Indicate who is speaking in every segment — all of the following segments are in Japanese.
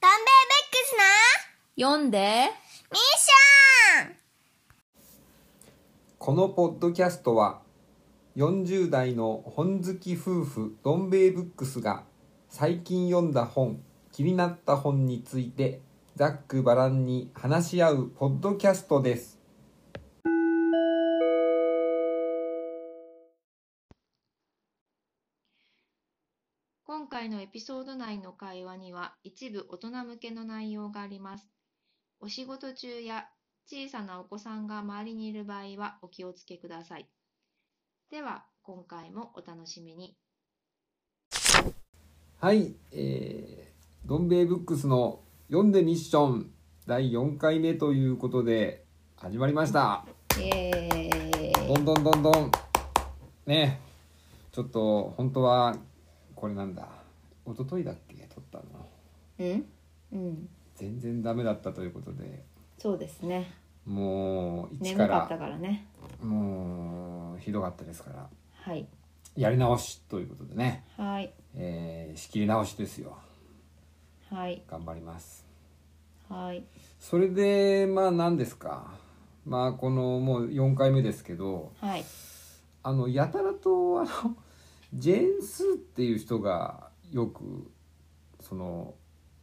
Speaker 1: ダンベー
Speaker 2: 読んで
Speaker 1: ベックスなミッション
Speaker 3: このポッドキャストは40代の本好き夫婦どん兵衛ブックスが最近読んだ本気になった本についてざっくばらんに話し合うポッドキャストです
Speaker 4: 今回のエピソード内の会話には一部大人向けの内容があります。お仕事中や小さなお子さんが周りにいる場合はお気をつけください。では、今回もお楽しみに。
Speaker 3: はい、えー、どん兵衛ブックスの「読んでミッション」第4回目ということで始まりました
Speaker 2: イエーイ
Speaker 3: どんどんどんどんねちょっと本当はこれなんだ一昨日だっけ撮ったの
Speaker 2: うんうん
Speaker 3: 全然ダメだったということで
Speaker 2: そうですね
Speaker 3: もう一か
Speaker 2: 眠かった
Speaker 3: ら
Speaker 2: からね
Speaker 3: もうひどかったですから
Speaker 2: はい
Speaker 3: やり直しということでね、
Speaker 2: はい
Speaker 3: えー仕切り直しですよ
Speaker 2: はい
Speaker 3: 頑張ります
Speaker 2: はい
Speaker 3: それでまあ何ですかまあこのもう4回目ですけど
Speaker 2: はい
Speaker 3: あのやたらとあのジェーン・スーっていう人がよくその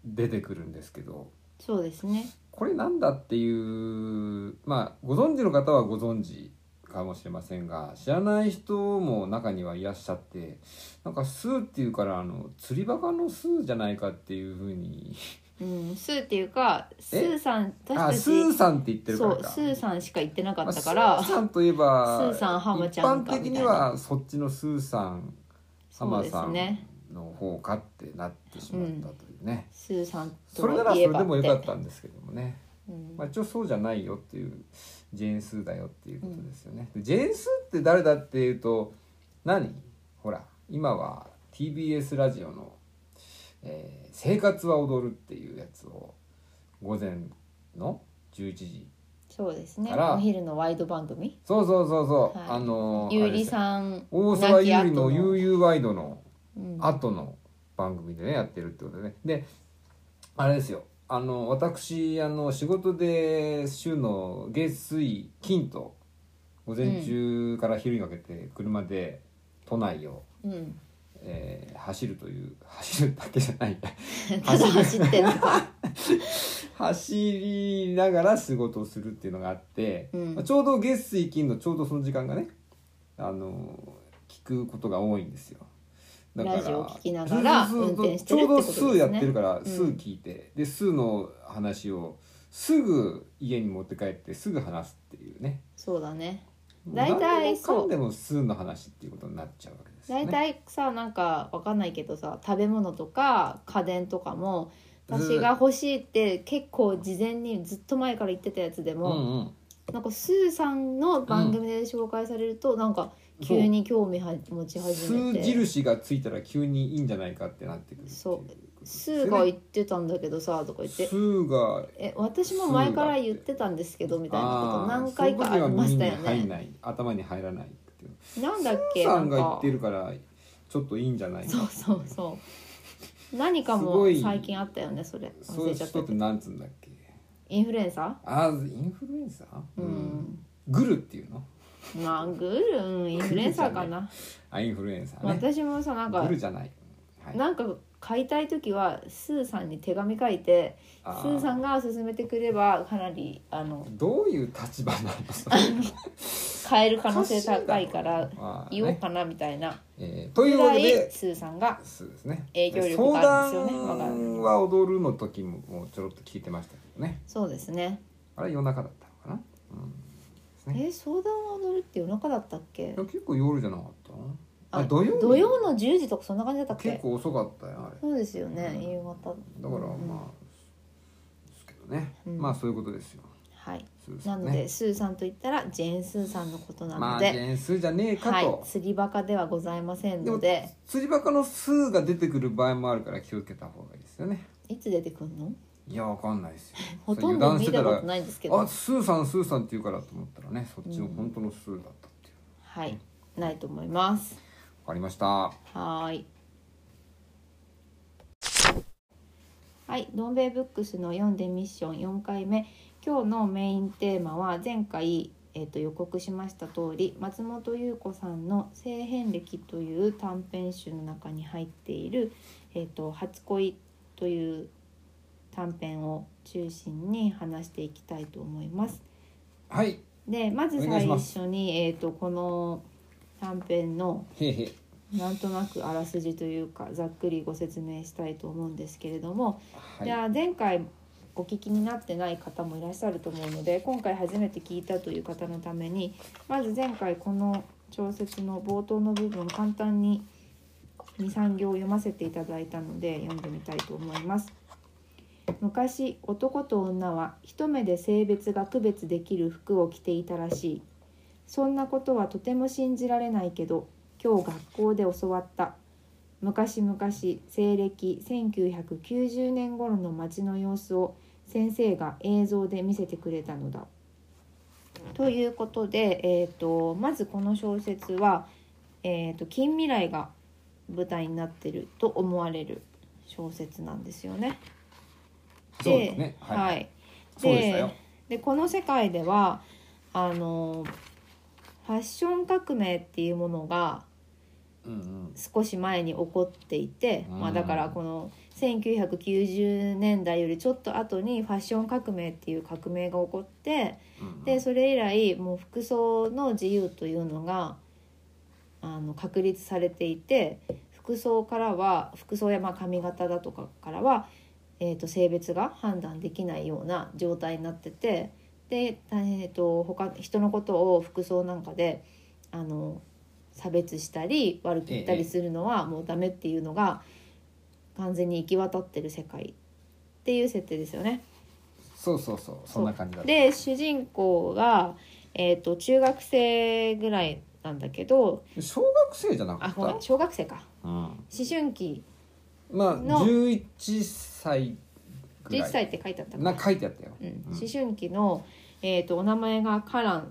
Speaker 3: 出てくるんですけど
Speaker 2: そうですね
Speaker 3: これなんだっていうまあご存知の方はご存知かもしれませんが知らない人も中にはいらっしゃってなんか「スー」っていうからあの釣りバカの「スー」じゃないかっていうふうに
Speaker 2: うんスーっていうかスーさん
Speaker 3: 「
Speaker 2: 私
Speaker 3: あ
Speaker 2: たち
Speaker 3: スーさん」って言ってるか
Speaker 2: そ
Speaker 3: ら
Speaker 2: う
Speaker 3: か。
Speaker 2: スーさんしか言ってなか
Speaker 3: まあ
Speaker 2: ったから、
Speaker 3: スーさんといえば
Speaker 2: スーさんハマちゃん
Speaker 3: 一
Speaker 2: か
Speaker 3: 般的にはそっちのスーさんハ
Speaker 2: そう
Speaker 3: マ
Speaker 2: で
Speaker 3: さ
Speaker 2: す
Speaker 3: ん
Speaker 2: ね
Speaker 3: の方かってなってしまったというね、
Speaker 2: スーさん
Speaker 3: それな
Speaker 2: と
Speaker 3: らそ
Speaker 2: いえ
Speaker 3: れ
Speaker 2: ば
Speaker 3: で
Speaker 2: って
Speaker 3: もよかったんですけどもね、
Speaker 2: うん
Speaker 3: まあ、一応そうじゃないよっていうジェーン・スーだよっていうことですよね、でジェーン・スーって誰だっていうと何ほら今は TBS ラジオの、えー生活は踊る」っていうやつを午前の11時
Speaker 2: そうですね
Speaker 3: から
Speaker 2: お昼のワイド番組
Speaker 3: そうそうそうそう、
Speaker 2: はい
Speaker 3: あのー
Speaker 2: ゆ
Speaker 3: あ
Speaker 2: う
Speaker 3: れで
Speaker 2: り
Speaker 3: すよ
Speaker 2: さん
Speaker 3: 大沢
Speaker 2: 亡き
Speaker 3: ゆう
Speaker 2: 後
Speaker 3: りの「悠々ワイド」の
Speaker 2: うん
Speaker 3: 後の番組でねやってるってことでねであれですよあの私あの仕事で週の月水金と午前中から昼にかけて車で都内を、
Speaker 2: うん
Speaker 3: えー走るという走るだけじゃない
Speaker 2: ただ 走ってんの か
Speaker 3: 走りながら仕事をするっていうのがあって、
Speaker 2: うん
Speaker 3: まあちょうど月水金のちょうどその時間がねあの聞くことが多いんですよ
Speaker 2: ラジオを聞きながら
Speaker 3: そうそうそう
Speaker 2: 運転してるってことですね
Speaker 3: ちょうど数やってるから
Speaker 2: ん
Speaker 3: 数聞いて、で数の話をすぐ家に持って帰ってすぐ話すっていうね
Speaker 2: そうだね
Speaker 3: 何
Speaker 2: 大体
Speaker 3: でもか
Speaker 2: そ
Speaker 3: ん
Speaker 2: う
Speaker 3: でも数の話っていうことになっちゃうわけですよ
Speaker 2: 大
Speaker 3: ね
Speaker 2: 体さなんかわかんないけどさ食べ物とか家電とかも私が欲しいって結構事前にずっと前から言ってたやつで
Speaker 3: うん
Speaker 2: も、
Speaker 3: うん
Speaker 2: なんかスーさんの番組で紹介されると、なんか急に興味は持ち始め
Speaker 3: 数
Speaker 2: て
Speaker 3: 印がついたら急にいいんじゃないかってなってくるってい
Speaker 2: そう
Speaker 3: ことです
Speaker 2: ス
Speaker 3: よね
Speaker 2: ーが言ってたんだけどさとか言って
Speaker 3: 数が
Speaker 2: え私も前から言ってたんですけどみたいなこと何回かあ
Speaker 3: あー
Speaker 2: りましたよ
Speaker 3: そういう時は耳に入ん
Speaker 2: ね
Speaker 3: ない頭に入らないっていう
Speaker 2: なんだっけ
Speaker 3: さ
Speaker 2: なんん
Speaker 3: が言
Speaker 2: か
Speaker 3: ってるからちょっといいんじゃないか
Speaker 2: そうそうそう何か
Speaker 3: す
Speaker 2: も
Speaker 3: ごい
Speaker 2: 最近あったよねそれ
Speaker 3: そう
Speaker 2: 忘
Speaker 3: いう
Speaker 2: れちゃった
Speaker 3: 人っ
Speaker 2: け
Speaker 3: て
Speaker 2: ど
Speaker 3: なんつうんだっけ
Speaker 2: インフルエンサ
Speaker 3: あーインフルエンサ
Speaker 2: ーう
Speaker 3: ー
Speaker 2: ん
Speaker 3: グルっていうの
Speaker 2: まあグルうんインフルエンサーかな
Speaker 3: あインフルエンサーね
Speaker 2: 私もさなんか
Speaker 3: グルじゃない、はい
Speaker 2: なんか買いたい時はスーさんに手紙書いてス
Speaker 3: あー
Speaker 2: ーさんが勧めてくればかなりあの
Speaker 3: どういう立場なのそれ
Speaker 2: 買える可能性高いから
Speaker 3: まあね
Speaker 2: 言おうかなみたいな
Speaker 3: えーとい
Speaker 2: ぐ
Speaker 3: うわ
Speaker 2: ら
Speaker 3: け
Speaker 2: い
Speaker 3: で
Speaker 2: スーさんが
Speaker 3: そうですね
Speaker 2: 影響力があるんですよね
Speaker 3: 相談は踊るの時ももうちょろっと聞いてましたけどね
Speaker 2: そうですね
Speaker 3: あれ夜中だったのかな、うんですね、
Speaker 2: え相談は踊るって夜中だったっけ
Speaker 3: いや結構夜じゃなかった
Speaker 2: あ
Speaker 3: 土曜日
Speaker 2: 土曜の10時とかそんな感じだったっ
Speaker 3: 結
Speaker 2: け
Speaker 3: 構遅かったよあれ
Speaker 2: そうですよね
Speaker 3: うん
Speaker 2: 夕方
Speaker 3: だからまあ、
Speaker 2: うん
Speaker 3: ですけどね、
Speaker 2: うん
Speaker 3: まあそういうことですよ
Speaker 2: はい
Speaker 3: そうですね
Speaker 2: なのでスーさんと言ったらジェーン・スーさんのことな
Speaker 3: ま
Speaker 2: の
Speaker 3: あ
Speaker 2: で
Speaker 3: 点数じゃねえか
Speaker 2: はい
Speaker 3: と、
Speaker 2: 釣りバカではございませんので
Speaker 3: 釣りバカの数が出てくる場合もあるから気をつけた方がいいですよね
Speaker 2: いつ出てくんの
Speaker 3: いやわかんないですよ
Speaker 2: ほとんど見たことないんですけど
Speaker 3: あスーさんスーさんって言うからと思ったらねそっちの本当の数だったっていう、
Speaker 2: はい、ないと思います。
Speaker 3: わかりました
Speaker 2: はーい。はい、どん兵衛ブックスの読んでミッション4回目。今日のメインテーマは前回、えっと予告しました通り、松本優子さんの性変歴という短編集の中に入っている、えっと初恋という短編を中心に話していきたいと思います。
Speaker 3: はい
Speaker 2: で、まず
Speaker 3: お願い
Speaker 2: 最
Speaker 3: します
Speaker 2: 初にえっとこの短編の
Speaker 3: へいへい
Speaker 2: なんとなくあらすじというかざっくりご説明したいと思うんですけれども、
Speaker 3: はい
Speaker 2: じゃあ前回お聞きになってない方もいらっしゃると思うので今回初めて聞いたという方のためにまず前回この小説の冒頭の部分簡単に23行読ませていただいたので読んでみたいと思います。昔男と女は一目で性別が区別できる服を着ていたらしいそんなことはとても信じられないけど今日学校で教わった昔々西暦1990年頃の町の様子を先生が映像で見せてくれたのだ。ということで、えー、とまずこの小説は、えー、と近未来が舞台になってると思われる小説なんですよね。
Speaker 3: そうですねはい、
Speaker 2: はい、
Speaker 3: そうでしたよ
Speaker 2: でこの世界ではあのファッション革命っていうものが
Speaker 3: うんうん
Speaker 2: 少し前に起こっていて、
Speaker 3: うん
Speaker 2: まあ、だからこの1990年代よりちょっと後にファッション革命っていう革命が起こって
Speaker 3: うんうん
Speaker 2: でそれ以来もう服装の自由というのがあの確立されていて服装からは服装やまあ髪型だとかからは、えー、と性別が判断できないような状態になっててで、えー、と他人のことを服装なんかであの差別したり悪く言ったりするのはもうダメっていうのが完全に行き渡ってる世界っていう設定ですよね。
Speaker 3: そうそうそうそんな感じだった
Speaker 2: で主人公が、えー、と中学生ぐらいなんだけど
Speaker 3: 小学生じゃなか
Speaker 2: あ
Speaker 3: っ
Speaker 2: ごめん
Speaker 3: た、
Speaker 2: 小学生か
Speaker 3: うん、
Speaker 2: 思春期
Speaker 3: まあ
Speaker 2: の
Speaker 3: 11歳ぐら
Speaker 2: 11
Speaker 3: い
Speaker 2: 歳って書いてあったか
Speaker 3: な
Speaker 2: ら、
Speaker 3: 書いてあったよ、
Speaker 2: うん、
Speaker 3: うん
Speaker 2: 思春期の、えー、とお名前がカランっ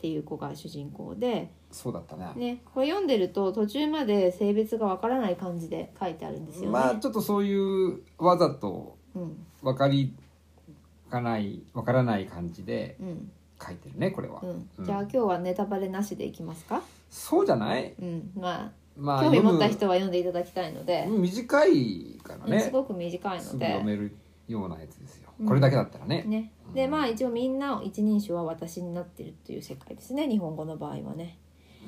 Speaker 2: ていう子が主人公で、
Speaker 3: そうだったね
Speaker 2: ね、これ読んでると途中まで性別がわからない感じで書いてあるんですよね。
Speaker 3: まあちょっとそういうわざと
Speaker 2: うん
Speaker 3: 分かりかないわからない感じで
Speaker 2: うん
Speaker 3: 書いてるねこれは、
Speaker 2: うん
Speaker 3: うん
Speaker 2: じゃあ今日はネタバレなしでいきますか、
Speaker 3: そうじゃない
Speaker 2: うんま
Speaker 3: ま
Speaker 2: あ、
Speaker 3: あ
Speaker 2: 興味持った
Speaker 3: 読
Speaker 2: 人は読んでいただきたいので、
Speaker 3: む短いから
Speaker 2: うん
Speaker 3: ね
Speaker 2: すごく短い
Speaker 3: す
Speaker 2: の
Speaker 3: ぐ
Speaker 2: で
Speaker 3: 読めるようなやつですよ、
Speaker 2: うん
Speaker 3: これだけだったらね
Speaker 2: ね、
Speaker 3: う
Speaker 2: で
Speaker 3: ん
Speaker 2: まあ一応みんな一人称は私になってるという世界ですね日本語の場合はね。
Speaker 3: う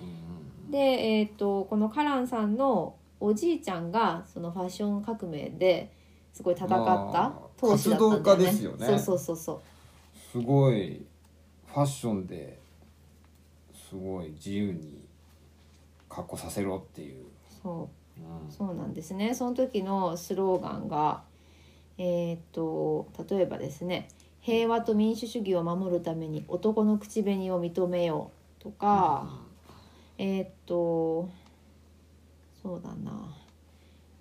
Speaker 3: ん
Speaker 2: で、えー、とこのカランさんのおじいちゃんがそのファッション革命ですごい戦っ
Speaker 3: ま
Speaker 2: た
Speaker 3: あ
Speaker 2: 当主だったんだよね。
Speaker 3: 活動家ですよね
Speaker 2: そうそうそうそう。
Speaker 3: すごいファッションですごい自由に格好させろっていう、
Speaker 2: そう
Speaker 3: うん
Speaker 2: そうなんですね。その時のスローガンが、えーっと例えばですね、平和と民主主義を守るために男の口紅を認めようとか、えーっとそうだな。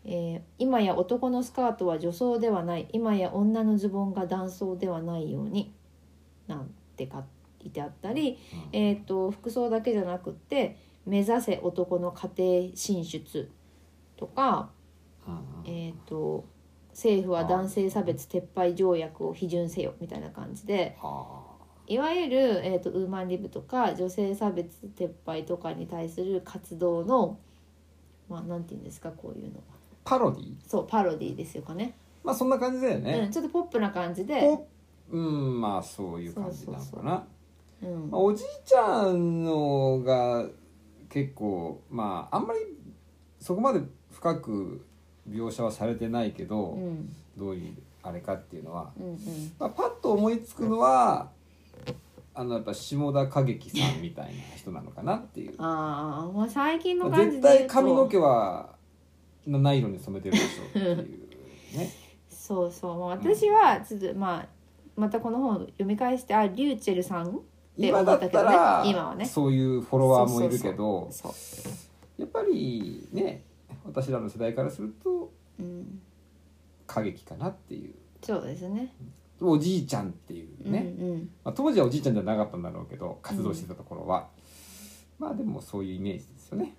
Speaker 2: えー今や男のスカートは女装ではない今や女のズボンが男装ではないようになんて書いてあったり、
Speaker 3: うん
Speaker 2: えー、と服装だけじゃなくって「目指せ男の家庭進出」とか、
Speaker 3: うんうん
Speaker 2: えーと「政府は男性差別撤廃条約を批准せよ」みたいな感じで
Speaker 3: あ
Speaker 2: いわゆる、えー、とウーマンリブとか女性差別撤廃とかに対する活動のまあなんて言うんですかこういうのは
Speaker 3: ーパロディ
Speaker 2: そうパロディーですよかね
Speaker 3: まあそんな感じだよ
Speaker 2: うん、
Speaker 3: ね、
Speaker 2: ちょっとポップな感じで、
Speaker 3: こううんまあそういう感じなのかな
Speaker 2: そうそうそううん
Speaker 3: まあ、おじいちゃんのが結構まああんまりそこまで深く描写はされてないけど、
Speaker 2: うんうん
Speaker 3: どういうあれかっていうのは、
Speaker 2: うん
Speaker 3: まあ、パッと思いつくのはあのやっぱ下田景樹さんみたいな人なのかなっていう
Speaker 2: ああもう最近の
Speaker 3: まあ
Speaker 2: 感じ
Speaker 3: 絶
Speaker 2: で言うと
Speaker 3: 対髪の毛はナイロンに染めてるでしょっていう ね。
Speaker 2: そうそうもう私はちょっと、まあまたこの本を読み返してあリューチェルさんって思
Speaker 3: 今
Speaker 2: っ
Speaker 3: だ
Speaker 2: たけ
Speaker 3: った
Speaker 2: どね
Speaker 3: ら
Speaker 2: 今はね
Speaker 3: そういうフォロワーもいるけど
Speaker 2: そう、
Speaker 3: やっぱりね私らの世代からすると
Speaker 2: うん、
Speaker 3: 過激かなっていう
Speaker 2: そうですね
Speaker 3: おじいちゃんっていうね、
Speaker 2: うんうん、
Speaker 3: まあ、当時はおじいちゃんじゃなかったんだろうけど活動してたところは、まあでもそういうイメージですよね。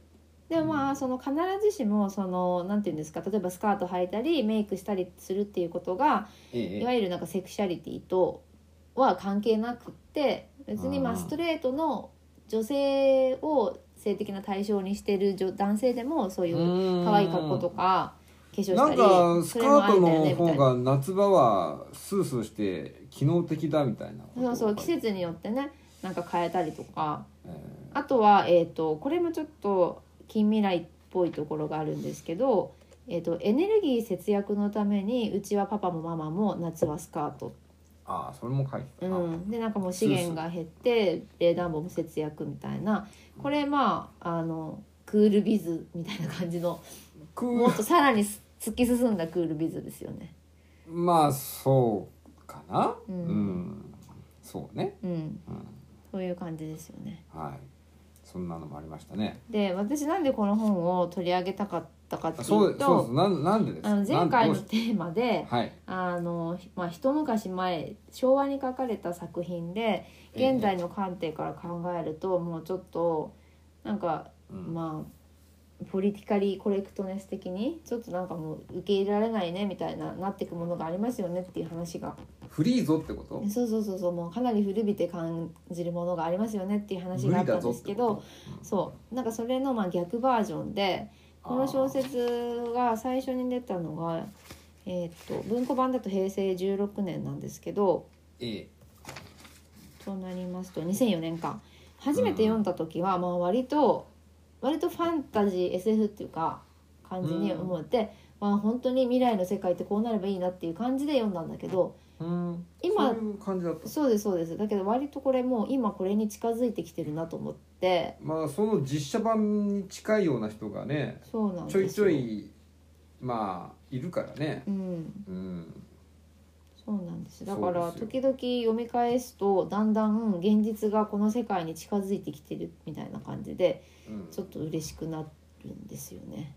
Speaker 2: でもまあその必ずしもそのなんていうんですか例えばスカート履いたりメイクしたりするっていうことが
Speaker 3: え
Speaker 2: い
Speaker 3: え
Speaker 2: わゆるなんかセクシャリティとは関係なくって別にま
Speaker 3: あ
Speaker 2: あ
Speaker 3: ー
Speaker 2: ストレートの女性を性的な対象にしてる女男性でもそういう可愛い格好とか化粧し
Speaker 3: な
Speaker 2: た
Speaker 3: ん
Speaker 2: り
Speaker 3: かス
Speaker 2: そ
Speaker 3: カ
Speaker 2: れも
Speaker 3: ー
Speaker 2: あり
Speaker 3: ト
Speaker 2: だよね
Speaker 3: の
Speaker 2: みた
Speaker 3: 方
Speaker 2: いな
Speaker 3: が夏場はスースーして機能的だみたいなこと
Speaker 2: そうそ
Speaker 3: を
Speaker 2: う季節によってねなんか変えたりとか
Speaker 3: ええ
Speaker 2: あとは、えー、とこれもちょっと近未来っぽいところがあるんですけど、えー、とエネルギー節約のためにうちはパパもママも夏はスカート、
Speaker 3: ああそれも書いて
Speaker 2: う
Speaker 3: たな、
Speaker 2: ん、でなんかもう資源が減って冷暖房も節約みたいなこれまああのクールビズみたいな感じの
Speaker 3: く
Speaker 2: もっとさらにす突き進んだクールビズですよね。
Speaker 3: まあそうかな
Speaker 2: う
Speaker 3: うん、
Speaker 2: ん
Speaker 3: そうね
Speaker 2: うん、
Speaker 3: うん
Speaker 2: そういう感じですよね。
Speaker 3: はいそんなのもありましたね
Speaker 2: で私なんでこの本を取り上げたかったかって
Speaker 3: あ
Speaker 2: いう
Speaker 3: そうそうです
Speaker 2: と
Speaker 3: なんなんでです
Speaker 2: あの前回の
Speaker 3: なんでどうし
Speaker 2: テーマで
Speaker 3: はい
Speaker 2: あの、まあ、一昔前昭和に書かれた作品で
Speaker 3: ええ
Speaker 2: 現在の観点から考えると、もうちょっとなんか、
Speaker 3: うん
Speaker 2: まあポリティカリーコレクトネス的にちょっとなんかもう受け入れられないねみたいななっていくものがありますよねっていう話が
Speaker 3: フリーぞってこと
Speaker 2: そうそうそうそうもうかなり古びて感じるものがありますよねっていう話
Speaker 3: 無
Speaker 2: があ
Speaker 3: 理
Speaker 2: った
Speaker 3: だ
Speaker 2: ん
Speaker 3: ぞ
Speaker 2: で
Speaker 3: っ
Speaker 2: す
Speaker 3: て
Speaker 2: け
Speaker 3: こ
Speaker 2: ど
Speaker 3: と
Speaker 2: そうなんかそれのまあ逆バージョンでこの小説が最初に出たのが、えーっと文庫版だと平成16年なんですけど
Speaker 3: ええ
Speaker 2: となりますと2004年間初めて読んだ時は、まあ、割と割とファンタジー SF っていうか感じに思って、まあ、本当に未来の世界ってこうなればいいなっていう感じで読んだんだけど
Speaker 3: うん
Speaker 2: 今
Speaker 3: そういう感じだった
Speaker 2: そうですそうですだけど割とこれもう今これに近づいてきてるなと思って
Speaker 3: まあその実写版に近いような人がね
Speaker 2: そうなんです
Speaker 3: ちょ
Speaker 2: よ
Speaker 3: いちょいまあいるからね
Speaker 2: うん
Speaker 3: うん
Speaker 2: そうなんですだ
Speaker 3: そう
Speaker 2: から
Speaker 3: です
Speaker 2: 時々読み返すとだんだん現実がこの世界に近づいてきてるみたいな感じで
Speaker 3: うん
Speaker 2: ちょっと嬉しくなるんですよね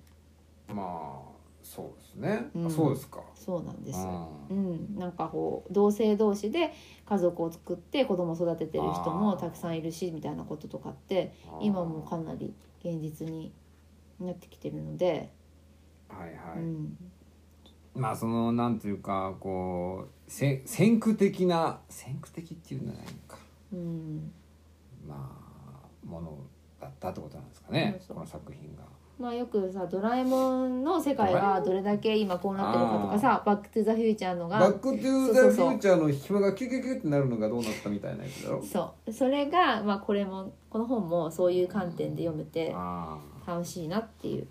Speaker 3: まあそうですね、
Speaker 2: うん
Speaker 3: あそうですか
Speaker 2: そうなんです
Speaker 3: うん
Speaker 2: うん、なんかこう同性同士で家族を作って子供を育ててる人もたくさんいるしみたいなこととかって今もかなり現実になってきてるので、
Speaker 3: はいは
Speaker 2: う
Speaker 3: い、
Speaker 2: ん、
Speaker 3: まあそのなんていうかこうせ先駆的な先駆的っていうんじゃないのか
Speaker 2: うん、
Speaker 3: まあものだったってことなんですかね
Speaker 2: そうそう
Speaker 3: この作品が
Speaker 2: まあよくさ「ドラえもん」の世界がどれだけ今こうなってるかとかさ「バック・トゥ・ザ・フューチャー」の
Speaker 3: 「バ
Speaker 2: が
Speaker 3: ック・トゥ・ザ・
Speaker 2: そうそ
Speaker 3: フ
Speaker 2: うそう
Speaker 3: ューチャー」の暇がキュキュキュってなるのがどうなったみたいなやつだろ
Speaker 2: そうそれが、まあ、これもこの本もそういう観点で読めて
Speaker 3: あ
Speaker 2: 楽しいなっていう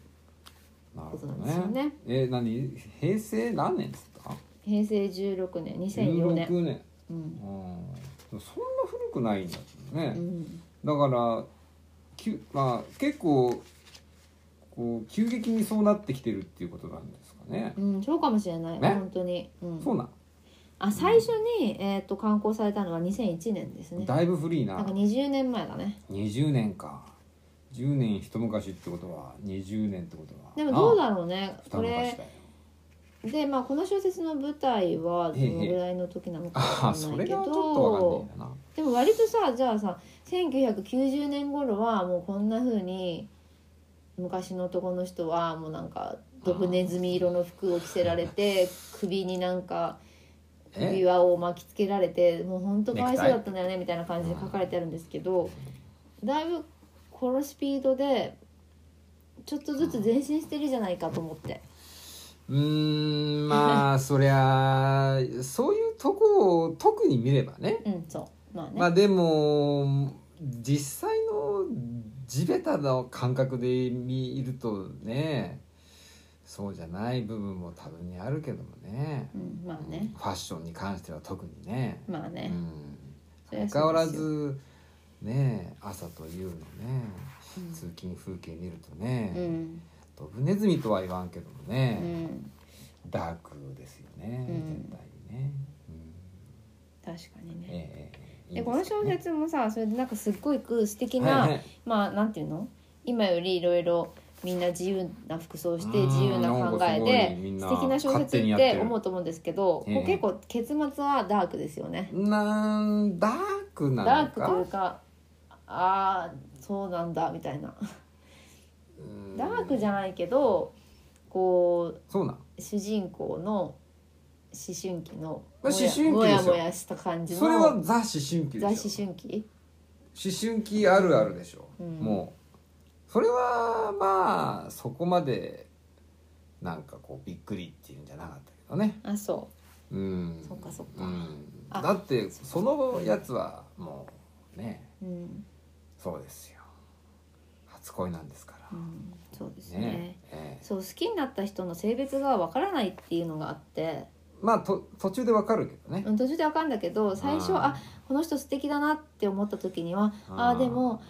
Speaker 3: あなる
Speaker 2: こ
Speaker 3: ほ
Speaker 2: とな
Speaker 3: ど
Speaker 2: んですよ
Speaker 3: ね
Speaker 2: ね
Speaker 3: え何平成何年っつった
Speaker 2: 平成16年2004年、
Speaker 3: 16年
Speaker 2: う
Speaker 3: うん
Speaker 2: ん
Speaker 3: そんな古くないんだ
Speaker 2: う
Speaker 3: けどね、
Speaker 2: ん、
Speaker 3: だからきゅまあ結構こう急激にそうなってきてるっていうことなんですかね、
Speaker 2: うん、そうかもしれない、
Speaker 3: ね
Speaker 2: 本当に、うん、
Speaker 3: そうなん、
Speaker 2: あ最初に、えー、と刊行されたのは2001年ですね
Speaker 3: だいぶ古い
Speaker 2: なん
Speaker 3: な
Speaker 2: か20年前だね
Speaker 3: 20年か10年一昔ってことは20年ってことは
Speaker 2: でもどう
Speaker 3: な
Speaker 2: だろうね
Speaker 3: あ
Speaker 2: こ
Speaker 3: 二昔
Speaker 2: れ
Speaker 3: だよ
Speaker 2: でまあこの小説の舞台はど
Speaker 3: ええ
Speaker 2: のぐらいの時なのか
Speaker 3: ああ
Speaker 2: わか
Speaker 3: そ
Speaker 2: んな
Speaker 3: れ
Speaker 2: いけ
Speaker 3: がちょっ
Speaker 2: ど
Speaker 3: と分かんないんだな
Speaker 2: でも割とさじゃあさ1990年頃はもうこんな風に昔の男の人はもうなんかドブネズミ色の服を着せられ て首になんか
Speaker 3: え
Speaker 2: 指輪を巻きつけられてもうほんとかわいそうだったんだよねみたいな感じで書かれてあるんですけどだいぶこのスピードでちょっとずつ前進してるじゃないかと思って。
Speaker 3: うーんまあそりゃそういうとこを特に見ればね
Speaker 2: うんそうまあね、
Speaker 3: まあでも実際の地べたの感覚で見るとねそうじゃない部分も多分にあるけどもね
Speaker 2: うん、まあね
Speaker 3: ファッションに関しては特にね、
Speaker 2: まあね
Speaker 3: う、
Speaker 2: そり
Speaker 3: ん、
Speaker 2: ゃそうですよ
Speaker 3: 相変わらずね朝というのね
Speaker 2: うん
Speaker 3: 通勤風景見るとね、
Speaker 2: うん
Speaker 3: ドブネズミとは言わんけども
Speaker 2: う
Speaker 3: ね、
Speaker 2: ん、
Speaker 3: ダークですよね、
Speaker 2: うん
Speaker 3: 絶対にね、うん
Speaker 2: 確かにね。
Speaker 3: ええええいい
Speaker 2: で
Speaker 3: ん
Speaker 2: この
Speaker 3: ですよ
Speaker 2: 小
Speaker 3: ね
Speaker 2: 説もさそれでなんかすっごい素敵な、
Speaker 3: はいはい
Speaker 2: まあなんていうの今よりいろいろみんな自由な服装して
Speaker 3: うん
Speaker 2: 自由な考え
Speaker 3: なんかすごいみん
Speaker 2: で
Speaker 3: な
Speaker 2: 素敵な小説っ
Speaker 3: 勝手にやって
Speaker 2: て
Speaker 3: る
Speaker 2: 思うと思うんですけど、
Speaker 3: ええ
Speaker 2: こう結構結末はダークですよね。
Speaker 3: なんダークなのか
Speaker 2: ダークというかああーそうなんだみたいな
Speaker 3: うん
Speaker 2: ダークじゃないけどこ
Speaker 3: そうなん
Speaker 2: う主人公の思春期の
Speaker 3: まあ思春期ですよ
Speaker 2: もやもやした感じの
Speaker 3: それはザ・思春期
Speaker 2: 雑
Speaker 3: で
Speaker 2: 思
Speaker 3: しょ
Speaker 2: 春期
Speaker 3: 思春期あるあるでしょ、
Speaker 2: うん
Speaker 3: もうそれはまあそこまでなんかこうびっくりっていうんじゃなかったけどね
Speaker 2: あそ
Speaker 3: うん
Speaker 2: そっかそっか
Speaker 3: うん、
Speaker 2: あ
Speaker 3: だってそのやつはもうね
Speaker 2: ううん、
Speaker 3: そうですよ初恋なんですか
Speaker 2: う
Speaker 3: ら、
Speaker 2: ん、そうですね
Speaker 3: ねええ
Speaker 2: そう好きになった人の性別がわからないっていうのがあって
Speaker 3: まあと途中でわかるけどね、
Speaker 2: うん途中でわかんだけど最初
Speaker 3: うん
Speaker 2: あこの人素敵だなって思った時にはあ
Speaker 3: う
Speaker 2: あ
Speaker 3: ん
Speaker 2: でも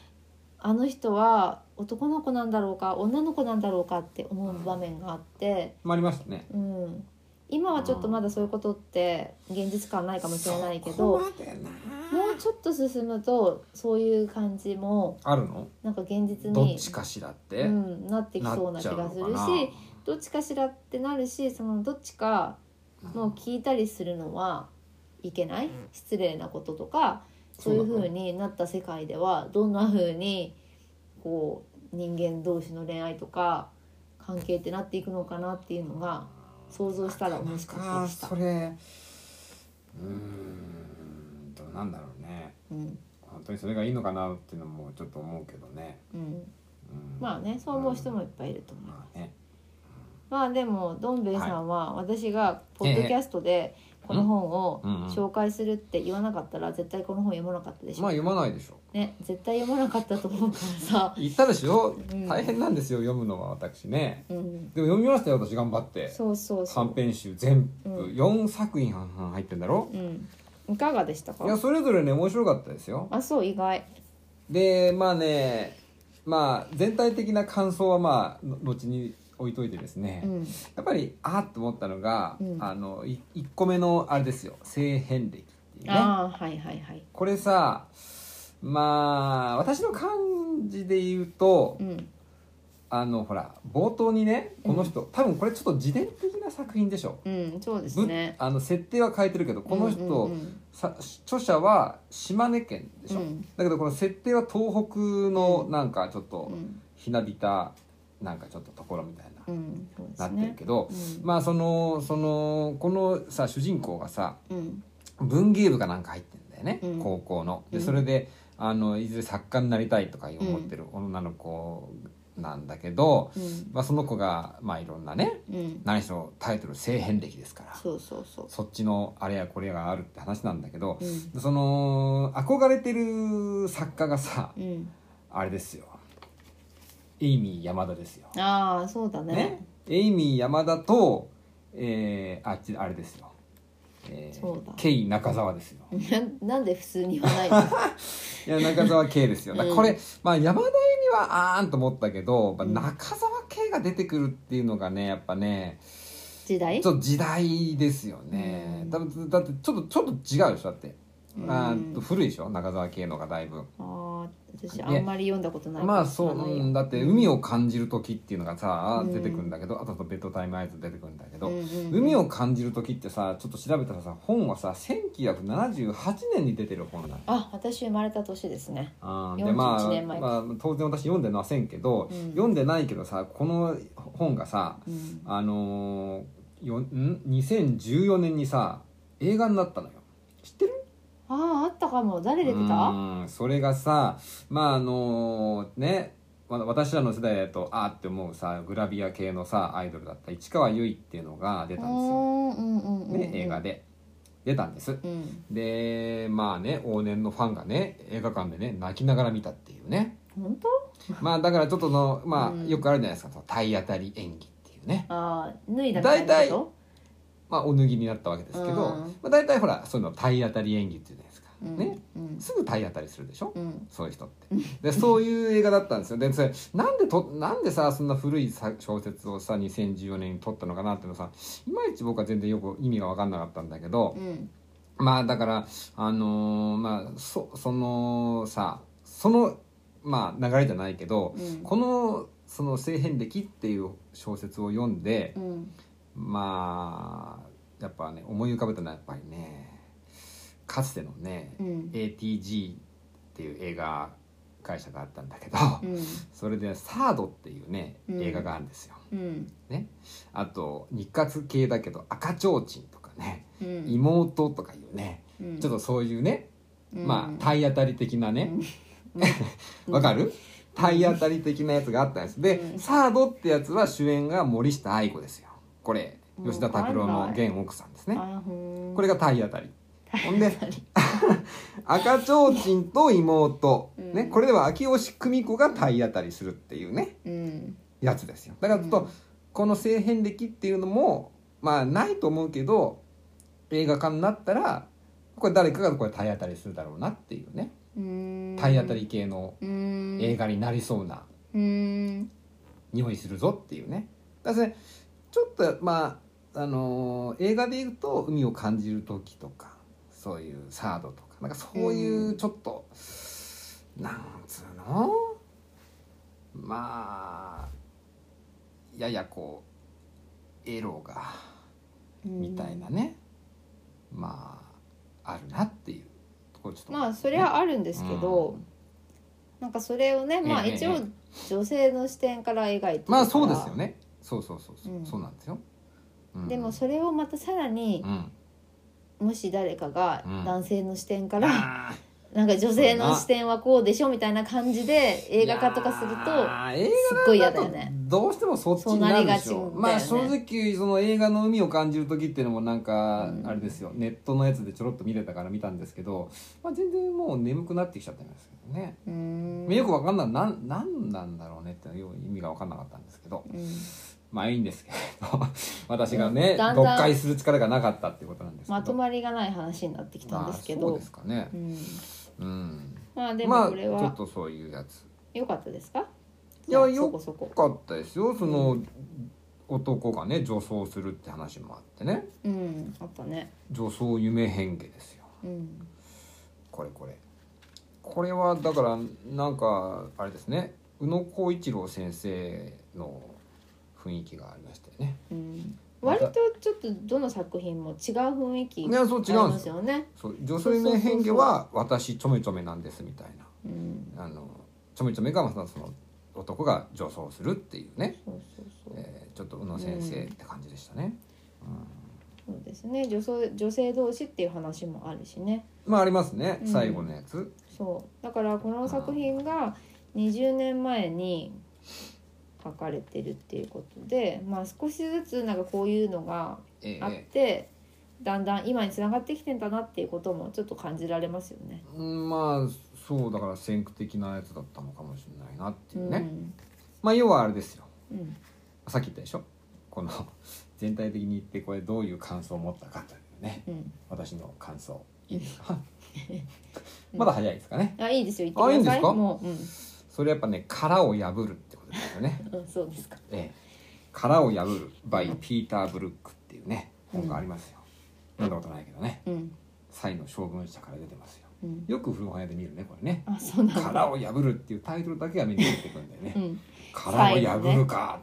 Speaker 2: あの人は男の子なんだろうか女の子なんだろうかって思う場面があって、
Speaker 3: まあありましたね
Speaker 2: うん、今はちょっとまだそういうことって現実感ないかもしれないけ
Speaker 3: そこ
Speaker 2: ど
Speaker 3: までな
Speaker 2: もうちょっと進むとそういう感じも
Speaker 3: あるの
Speaker 2: なんか現実
Speaker 3: どっ
Speaker 2: に
Speaker 3: ちかしらっ
Speaker 2: う
Speaker 3: て、
Speaker 2: ん、なってき
Speaker 3: な
Speaker 2: そう
Speaker 3: っ
Speaker 2: な気
Speaker 3: ちゃう
Speaker 2: が
Speaker 3: の
Speaker 2: す
Speaker 3: か
Speaker 2: る
Speaker 3: な
Speaker 2: しどっちかしらってなるしそのどっちかもう聞いたりするのはいけない失礼なこととかそういう風になった世界ではどんな風にこう人間同士の恋愛とか関係ってなっていくのかなっていうのが想像したら面白かっ
Speaker 3: ああ
Speaker 2: てきた
Speaker 3: そ。れうーんどうなんだろうね
Speaker 2: うん
Speaker 3: 本当にそれがいいのかなっていうのもちょっと思うけどね、
Speaker 2: うん、
Speaker 3: うん
Speaker 2: まあねそう思う人もいっぱいいると思う。
Speaker 3: まあね
Speaker 2: まあでもどん兵衛さんは私がポッドキャストでこの本を
Speaker 3: うんうん
Speaker 2: 紹介するって言わなかったら絶対この本読まなかったでしょ、
Speaker 3: まあ読まないでしょ
Speaker 2: ね絶対読まなかったと思うからさ、
Speaker 3: 言ったでしょ
Speaker 2: うん
Speaker 3: 大変なんですよ読むのは私ね
Speaker 2: うん、
Speaker 3: でも読みましたよ私頑張って
Speaker 2: そうそうそう
Speaker 3: 短編集全
Speaker 2: う
Speaker 3: 部
Speaker 2: ん
Speaker 3: 4作品半々入ってんだろ
Speaker 2: うん、いかがでした
Speaker 3: いや
Speaker 2: か
Speaker 3: それぞれね面白かったですよ
Speaker 2: あそう意外
Speaker 3: でまあねまあ全体的な感想はまあの後に置いといてですね、
Speaker 2: うん
Speaker 3: やっぱりあーっと思ったのが、
Speaker 2: うん
Speaker 3: あの1個目のあれですよ性変歴っていうね
Speaker 2: ああはいはいはい
Speaker 3: これさまあ私の感じで言うと、
Speaker 2: うん
Speaker 3: あのほら冒頭にねこの人、多分これちょっと自伝的な作品でしょ、
Speaker 2: うんそうです
Speaker 3: ぶ
Speaker 2: ね
Speaker 3: あの設定は変えてるけどこの人、
Speaker 2: うんうん
Speaker 3: さ著者は島根県でしょ、
Speaker 2: うん
Speaker 3: だけどこの設定は東北の
Speaker 2: うん
Speaker 3: なんかちょっと
Speaker 2: うん
Speaker 3: ひなびたなんかちょっとところみたいな、
Speaker 2: うんうんそうです
Speaker 3: なってる
Speaker 2: ね
Speaker 3: けど、
Speaker 2: うん
Speaker 3: まあそのそのこのさ主人公がさ
Speaker 2: うん
Speaker 3: 文芸部かなんか入ってんだよね、
Speaker 2: うん
Speaker 3: 高校の
Speaker 2: う
Speaker 3: で
Speaker 2: ん
Speaker 3: それであのいずれ作家になりたいとか思ってる女の子なんだけど、
Speaker 2: うん
Speaker 3: まあ、その子がまあいろんなね
Speaker 2: うん
Speaker 3: 何しろタイトル「性変歴」ですから
Speaker 2: そうそうそう
Speaker 3: そっちのあれやこれやがあるって話なんだけど、
Speaker 2: うん
Speaker 3: その憧れてる作家がさ
Speaker 2: うん
Speaker 3: あれですよエイミー山田ですよ。
Speaker 2: ああそうだ
Speaker 3: ね
Speaker 2: ね、
Speaker 3: エイミー山田と、えー、あっちあれですよ、え
Speaker 2: そうだ
Speaker 3: ー、ケイ中澤ですよ
Speaker 2: ななんで普通に言わないの
Speaker 3: いや中澤ケイですよだから
Speaker 2: うん
Speaker 3: これ、まあ、山田エイミはあーんと思ったけど、まあ
Speaker 2: うん
Speaker 3: 中澤ケイが出てくるっていうのがねやっぱね
Speaker 2: 時代
Speaker 3: ちょっと時代ですよね、
Speaker 2: うん
Speaker 3: だだってちょっとちょっと違うでしょだって、あーっと
Speaker 2: うん
Speaker 3: 古いでしょ中澤ケイのがだいぶ。
Speaker 2: ああ私あんまり読んだことないから
Speaker 3: まあそう、
Speaker 2: 知らないよ
Speaker 3: うん、だって海を感じる時っていうのがさ、
Speaker 2: うん
Speaker 3: 出てくるんだけどあとあとベッドタイムアイズ出てくるんだけど、
Speaker 2: うんうんうん
Speaker 3: 海を感じる時ってさちょっと調べたらさ本はさ1978年に出てる本なの
Speaker 2: あ私生まれた年ですね
Speaker 3: あー
Speaker 2: 41
Speaker 3: でまあ、
Speaker 2: 年前
Speaker 3: まあ、当然私読んでませんけど、
Speaker 2: うん
Speaker 3: 読んでないけどさこの本がさ
Speaker 2: うん
Speaker 3: あのーよん2014年にさ映画になったのよ知ってる
Speaker 2: あああったかも誰出て
Speaker 3: う
Speaker 2: た
Speaker 3: ーんそれがさまああのねわ私らの世代だとあーって思うさグラビア系のさアイドルだった市川由衣っていうのが出たんですよ、
Speaker 2: おーうんうんうんうん
Speaker 3: ね、映画で出たんです
Speaker 2: うん
Speaker 3: でまあね往年のファンがね映画館でね泣きながら見たっていう ね
Speaker 2: 本当
Speaker 3: まあだからちょっとのま
Speaker 2: う
Speaker 3: あ
Speaker 2: ん
Speaker 3: よくあるじゃないですかその体当たり演技っていうね
Speaker 2: ああ脱いだみたいなこ
Speaker 3: まあお脱ぎになったわけですけ
Speaker 2: う
Speaker 3: ど、
Speaker 2: ん
Speaker 3: まあ、大体ほらそういうの体当たり演技っていうじゃないですか、
Speaker 2: とうん
Speaker 3: ね
Speaker 2: うん
Speaker 3: すぐ体当たりするでしょ、
Speaker 2: うん
Speaker 3: そういう人ってでそういう映画だったんですよでそれなんでとなんでさそんな古いさ小説をさ2014年に撮ったのかなっていうのさいまいち僕は全然よく意味が分かんなかったんだけど
Speaker 2: うん
Speaker 3: まあだからあのーまあそそのさそのまあ流れじゃないけど
Speaker 2: うん
Speaker 3: この「その性変歴」っていう小説を読んで
Speaker 2: うん
Speaker 3: まあやっぱね思い浮かべたのはやっぱりねかつてのね
Speaker 2: うん
Speaker 3: ATG っていう映画解釈があったんだけど、
Speaker 2: うん
Speaker 3: それで「サード」っていうね
Speaker 2: うん
Speaker 3: 映画があるんですよ。
Speaker 2: うん
Speaker 3: あと日活系だけど「赤ちょうちん」とかね
Speaker 2: うん
Speaker 3: 「妹」とかいうね
Speaker 2: うん
Speaker 3: ちょっとそういうね、
Speaker 2: うん
Speaker 3: まあ体当たり的なね
Speaker 2: うん
Speaker 3: わかる体当たり的なやつがあったんですで、
Speaker 2: うん
Speaker 3: サードってやつは主演が森下愛子ですよこれ
Speaker 2: もう
Speaker 3: 吉田拓郎の現奥さんですね
Speaker 2: あほん
Speaker 3: これが体当たりほんで
Speaker 2: たり
Speaker 3: 赤ちょうちんと妹、
Speaker 2: うん
Speaker 3: ね、これでは秋吉久美子が体当たりするっていうね
Speaker 2: うん
Speaker 3: やつですよだからちょっ
Speaker 2: う
Speaker 3: と
Speaker 2: ん
Speaker 3: この性変歴っていうのもまあないと思うけど映画化になったらこれ誰かがこれ体当たりするだろうなっていうね
Speaker 2: うん
Speaker 3: 体当たり系の
Speaker 2: うん
Speaker 3: 映画になりそうな
Speaker 2: うん
Speaker 3: 匂いするぞっていうねだからそれちょっとまあ、あのー映画で言うと海を感じる時とかそういうサードとかなんかそういううちょっと、なんつうのまあややこうエロがみたいなね、まああるなっていうところちょっと
Speaker 2: まあそれはあるんですけど、
Speaker 3: うん
Speaker 2: なんかそれをねまあ
Speaker 3: ええ
Speaker 2: 一応女性の視点から描いてるから
Speaker 3: まあそうですよねそうそうそうそう、
Speaker 2: うん
Speaker 3: そうなんですよ、うん
Speaker 2: でもそれをまたさらに
Speaker 3: う、ん
Speaker 2: もし誰かが
Speaker 3: うん
Speaker 2: 男性の視点から、
Speaker 3: あー
Speaker 2: なんか女性の視点はこうでしょみたいな感じで映画化とかする
Speaker 3: いや
Speaker 2: と
Speaker 3: ー映
Speaker 2: すっごい
Speaker 3: 画
Speaker 2: 嫌
Speaker 3: だ
Speaker 2: だよ
Speaker 3: と
Speaker 2: ね。
Speaker 3: どうしてもそっちになるでし
Speaker 2: そうなりがちだよ
Speaker 3: ょ
Speaker 2: ね
Speaker 3: まあ正直その映画の海を感じる時っていうのもなんか
Speaker 2: うん
Speaker 3: あれですよ、ネットのやつでちょろっと見れたから見たんですけど、まあ、全然もう眠くなってきちゃったんですけどね、
Speaker 2: うーん
Speaker 3: よくわかんないなんなんなんだろうねっていう意味がわかんなかったんですけど
Speaker 2: うん
Speaker 3: まあいいんですけど 私がね、
Speaker 2: うんだんだん
Speaker 3: 読解する力がなかったっていうことなんですけど
Speaker 2: まとまりがない話になってきたんですけ
Speaker 3: まあそ
Speaker 2: ど
Speaker 3: うですかね
Speaker 2: うん
Speaker 3: うん
Speaker 2: まあで
Speaker 3: ま
Speaker 2: も
Speaker 3: あ
Speaker 2: こ
Speaker 3: ち
Speaker 2: れ
Speaker 3: ょっ
Speaker 2: は
Speaker 3: とそういうやつ
Speaker 2: 良かったですか
Speaker 3: いや
Speaker 2: じゃあ
Speaker 3: よ
Speaker 2: そこそこ
Speaker 3: よ、かったですよその男がね女装するって話もあってね
Speaker 2: うん、あったね、
Speaker 3: 女装夢変化ですよ
Speaker 2: うん、
Speaker 3: これこれこれはだからなんかあれですね宇野浩一郎先生の雰囲気がありましたよね
Speaker 2: うん、
Speaker 3: ま
Speaker 2: 割
Speaker 3: た
Speaker 2: とちょっとどの作品も違う雰囲気
Speaker 3: いやそう
Speaker 2: あり
Speaker 3: 違うん
Speaker 2: ま
Speaker 3: ですすよ
Speaker 2: よね。
Speaker 3: そう女装夢変化は私ちょめちょめなんですみたい
Speaker 2: うん、
Speaker 3: なあのちょめちょめがまさその男が女装するっていうね、
Speaker 2: そうそうそう。
Speaker 3: えーちょっと宇野先生って感じでしたね、うん
Speaker 2: そうですね。女性女性同士っていう話もあるしね。
Speaker 3: まあありますね
Speaker 2: うん
Speaker 3: 最後のやつ、
Speaker 2: そう。だからこの作品が20年前に書かれてるっていうことで、まあ少しずつなんかこういうのが
Speaker 3: ええ
Speaker 2: あって、だんだん今につながってきてんだなっていうこともちょっと感じられますよね。
Speaker 3: うんまあそうだから先駆的なやつだったのかもしれないなっていうね、
Speaker 2: うん
Speaker 3: まあ要はあれですよ
Speaker 2: うん
Speaker 3: さっき言ったでしょこの全体的に言ってこれどういう感想を持ったかというね
Speaker 2: うん。
Speaker 3: 私の感想いいですかまだ早いですかね
Speaker 2: あいいですよ。言ってください。
Speaker 3: あいいんですか
Speaker 2: もううん。
Speaker 3: それやっぱね殻を破るってことですよね、
Speaker 2: うん、そうですか。
Speaker 3: ええ、殻を破る by ピーター・ブルックっていうね本がありますよ、読んだことないけどね
Speaker 2: うん。
Speaker 3: 才の将軍者から出てますよ
Speaker 2: うん。
Speaker 3: よく古本屋で見るねこれね
Speaker 2: あ、そうなんだ。
Speaker 3: 殻を破るっていうタイトルだけが目に入ってくるんだよね、
Speaker 2: うん。
Speaker 3: 殻を破るか、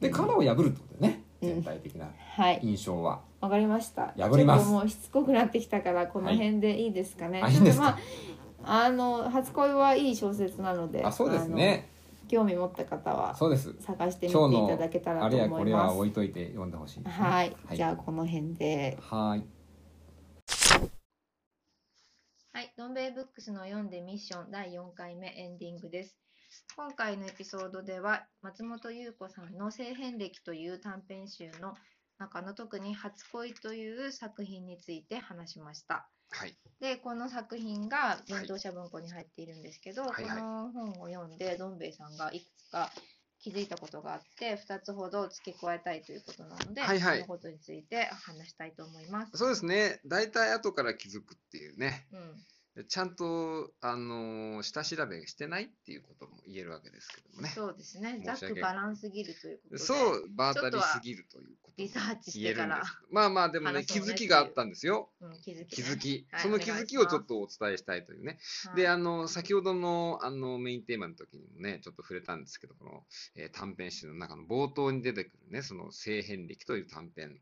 Speaker 3: で殻を破るってことだよね、
Speaker 2: うん
Speaker 3: 全体的な
Speaker 2: はい。
Speaker 3: 印象は、
Speaker 2: わかりました。
Speaker 3: 破ります
Speaker 2: ちょっともうしつこくなってきたから、この辺でいいですかね。
Speaker 3: あいいんです
Speaker 2: ちょっ
Speaker 3: か
Speaker 2: と、まあ、あの、初恋はいい小説なので。
Speaker 3: あそうですね
Speaker 2: あの。興味持った方は。
Speaker 3: そうです
Speaker 2: 探してみ
Speaker 3: 今日
Speaker 2: ていた
Speaker 3: の
Speaker 2: だけたら
Speaker 3: あ
Speaker 2: と
Speaker 3: れや
Speaker 2: 思
Speaker 3: こ
Speaker 2: い
Speaker 3: れ
Speaker 2: ま
Speaker 3: は
Speaker 2: す。
Speaker 3: 置いといて読んでほしいですね、
Speaker 2: はい、
Speaker 3: はい
Speaker 2: じゃあ、この辺で。
Speaker 3: はーい
Speaker 4: はい、どん兵衛ブックスの読んでミッション第4回目エンディングです。今回のエピソードでは、松本優子さんの性変歴という短編集の中の特に初恋という作品について話しました。
Speaker 3: はい
Speaker 4: で、この作品が文当社文庫に入っているんですけど、
Speaker 3: はいはい
Speaker 4: この本を読んで、どん兵衛さんがいくつか気づいたことがあって、2つほど付け加えたいということなので、
Speaker 5: はいはい
Speaker 4: そのことについて話したいと思います。
Speaker 5: そうですね。大体後から気づくっていうね。
Speaker 4: うん
Speaker 5: ちゃんと、あのー下調べしてないっていうことも言えるわけですけどもね。
Speaker 4: そうですね。ざっ
Speaker 5: 申し
Speaker 4: く
Speaker 5: 訳
Speaker 4: ばらんすぎるということで。
Speaker 5: そう、場当たりすぎるということ
Speaker 4: リ
Speaker 5: も
Speaker 4: サーチし
Speaker 5: 言え
Speaker 4: て
Speaker 5: るん
Speaker 4: か
Speaker 5: で
Speaker 4: ら
Speaker 5: す。まあまあ、でもね、
Speaker 4: 話
Speaker 5: 気
Speaker 4: そうね
Speaker 5: づきがあったんですよ。
Speaker 4: うん、気づき、
Speaker 5: 気
Speaker 4: ね。
Speaker 5: づき。
Speaker 4: はい
Speaker 5: その気づきを
Speaker 4: お
Speaker 5: ち
Speaker 4: 願いします
Speaker 5: ょっとお伝えしたいというね。
Speaker 4: はい
Speaker 5: で、あの、先ほどの、あの、メインテーマの時にもね、ちょっと触れたんですけど、この、えー短編集の中の冒頭に出てくるね、その、性変歴という短編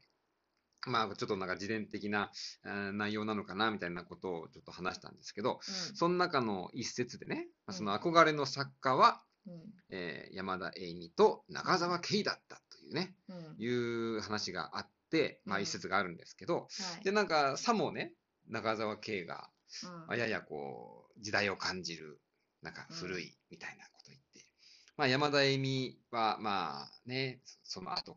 Speaker 3: まあ、ちょっとなんか自伝的な、えー内容なのかなみたいなことをちょっと話したんですけど、その中の一節でね、まあ、その憧れの作家は、
Speaker 2: うんうん
Speaker 3: えー山田栄美と中澤圭だったというね、
Speaker 2: うんは
Speaker 3: いう話があって、まあ、
Speaker 2: うん
Speaker 3: 一節があるんですけど、
Speaker 2: い
Speaker 3: で、なんか、さもね、中澤圭が、
Speaker 2: うん
Speaker 3: まあややこう、時代を感じる、なんか古いみたいなこと言って、まあ、山田恵美は、まあね、そその後、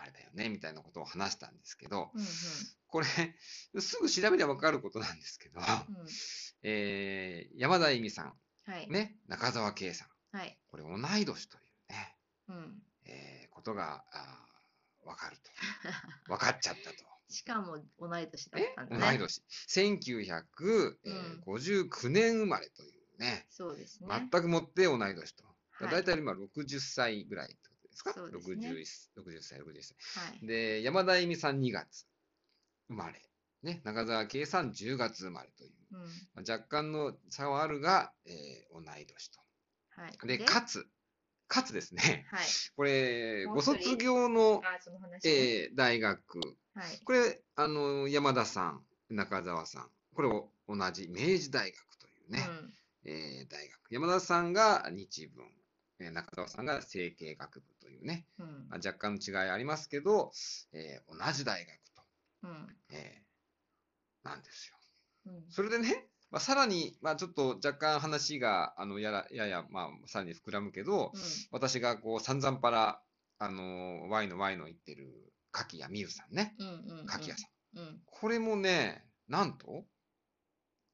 Speaker 3: あれだよね、みたいなことを話したんですけど、
Speaker 2: うん
Speaker 3: これ、すぐ調べればわかることなんですけど、
Speaker 2: うんうん
Speaker 3: えー山田恵美さ
Speaker 2: はい
Speaker 3: ん、ね、中澤圭さん、
Speaker 2: はい
Speaker 3: これ同い年というね、
Speaker 2: うん
Speaker 3: えーことが、あーわかる と。わかっちゃったと。
Speaker 2: しかも同い年だっ
Speaker 3: え
Speaker 2: たん
Speaker 3: 同
Speaker 2: だ
Speaker 3: い
Speaker 2: ね
Speaker 3: 年。1959年生まれというね、
Speaker 2: そうです
Speaker 3: 全
Speaker 2: ね
Speaker 3: くもって同い年と。
Speaker 2: はい
Speaker 3: だいたい今60歳ぐらいってことですか
Speaker 2: そうです
Speaker 3: ?61
Speaker 2: ね
Speaker 3: 60歳、60歳。
Speaker 2: はい
Speaker 3: で、山田恵美さん2月生まれ。ね、中澤圭さん10月生まれという。
Speaker 2: うん
Speaker 3: まあ若干の差はあるが、えー同い年
Speaker 2: はい
Speaker 3: と。で、かつ、かつですね、
Speaker 2: はい
Speaker 3: これ、
Speaker 2: もう
Speaker 3: ご
Speaker 2: 一人
Speaker 3: 卒業の、
Speaker 2: あその話ね
Speaker 3: えー大学、
Speaker 2: はい
Speaker 3: これ、あの、山田さん、中澤さん、これを同じ明治大学というね、
Speaker 2: うん
Speaker 3: えー大学。山田さんが日文、えー中澤さんが整形学部というね、
Speaker 2: うん
Speaker 3: まあ、若干の違いありますけど、えー同じ大学と、
Speaker 2: うん
Speaker 3: えーなんですよ。
Speaker 2: うん
Speaker 3: それでね、まあ、さらに、まあ、ちょっと若干話があのやらやや、まあ、さらに膨らむけど、
Speaker 2: う
Speaker 3: 私がこう散々パラ、あのー、Y の Y の言ってる柿谷美優さんね、
Speaker 2: んうんうん
Speaker 3: 柿谷さん。
Speaker 2: うんうん
Speaker 3: これもね、なんと、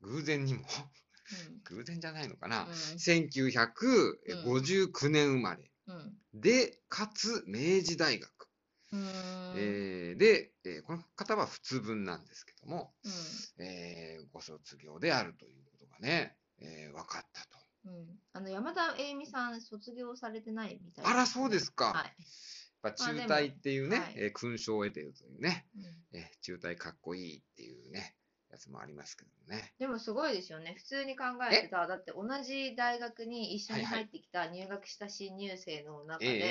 Speaker 3: 偶然にも、 偶然じゃないのかな、1959年生まれ。
Speaker 2: うんうん
Speaker 3: で、かつ明治大学。
Speaker 2: うーん
Speaker 3: えーで、えーこの方は普通分なんですけども、
Speaker 2: う
Speaker 3: えーご卒業であるということがね、えー分かったと。
Speaker 2: んうんあの山田栄美さん卒業されてないみたい
Speaker 3: あら、そうです
Speaker 2: は
Speaker 3: か。
Speaker 2: い
Speaker 3: やっぱ
Speaker 2: まあで
Speaker 3: 中
Speaker 2: も
Speaker 3: 退っていうね、
Speaker 2: はい
Speaker 3: えー勲章を得ているというね、
Speaker 2: うん
Speaker 3: えー中退かっこいいっていうね、やつもありますけどね。
Speaker 2: でもすごいですよね普通に考えてさだって同じ大学に一緒に
Speaker 3: はいは
Speaker 2: 入
Speaker 3: い
Speaker 2: ってきた入学した新入生の中
Speaker 3: えー、えー、
Speaker 2: で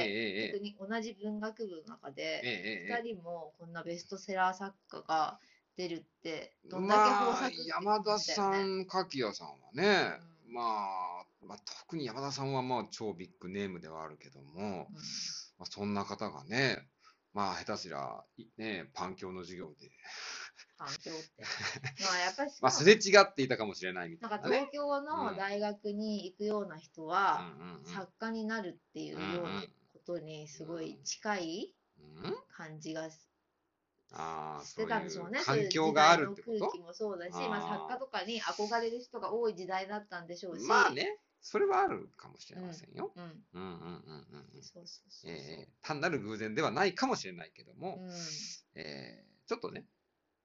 Speaker 3: え
Speaker 2: 特に同じ文学部の中
Speaker 3: ー、えー
Speaker 2: で
Speaker 3: えーえー
Speaker 2: 2人もこんなベストセラー作家が出るってどんだけ豊
Speaker 3: まあ
Speaker 2: 作、
Speaker 3: 山田さん、柿谷さんはね、
Speaker 2: うん
Speaker 3: まあ、まあ、特に山田さんはまあ超ビッグネームではあるけども、まあ、そんな方がね、まあ下手すりゃ、いね、パン教の授業で、
Speaker 2: 環境って まあやっぱりしかも
Speaker 3: まあすれ違っていたかもしれないみた
Speaker 2: ないんか
Speaker 3: なね。
Speaker 2: 東京の大学に行くような人は、
Speaker 3: うんうんうん
Speaker 2: 作家になるっていうようなことにすごい近い
Speaker 3: うん
Speaker 2: 感じがし
Speaker 3: ああ、
Speaker 2: てたんでしょうね。
Speaker 3: そういう環境があるって
Speaker 2: そういう時代の
Speaker 3: こ
Speaker 2: 空気もそうだし、
Speaker 3: あー
Speaker 2: まあ、作家とかに憧れる人が多い時代だったんでしょう
Speaker 3: と
Speaker 2: し。
Speaker 3: まあ。ね、それはあるかもしれませんよ。
Speaker 2: うん。
Speaker 3: うんうんうんうんうん。
Speaker 2: そうそうそうそう。
Speaker 3: えー単なる偶然ではないかもしれないけども、
Speaker 2: う
Speaker 3: えーちょっとね、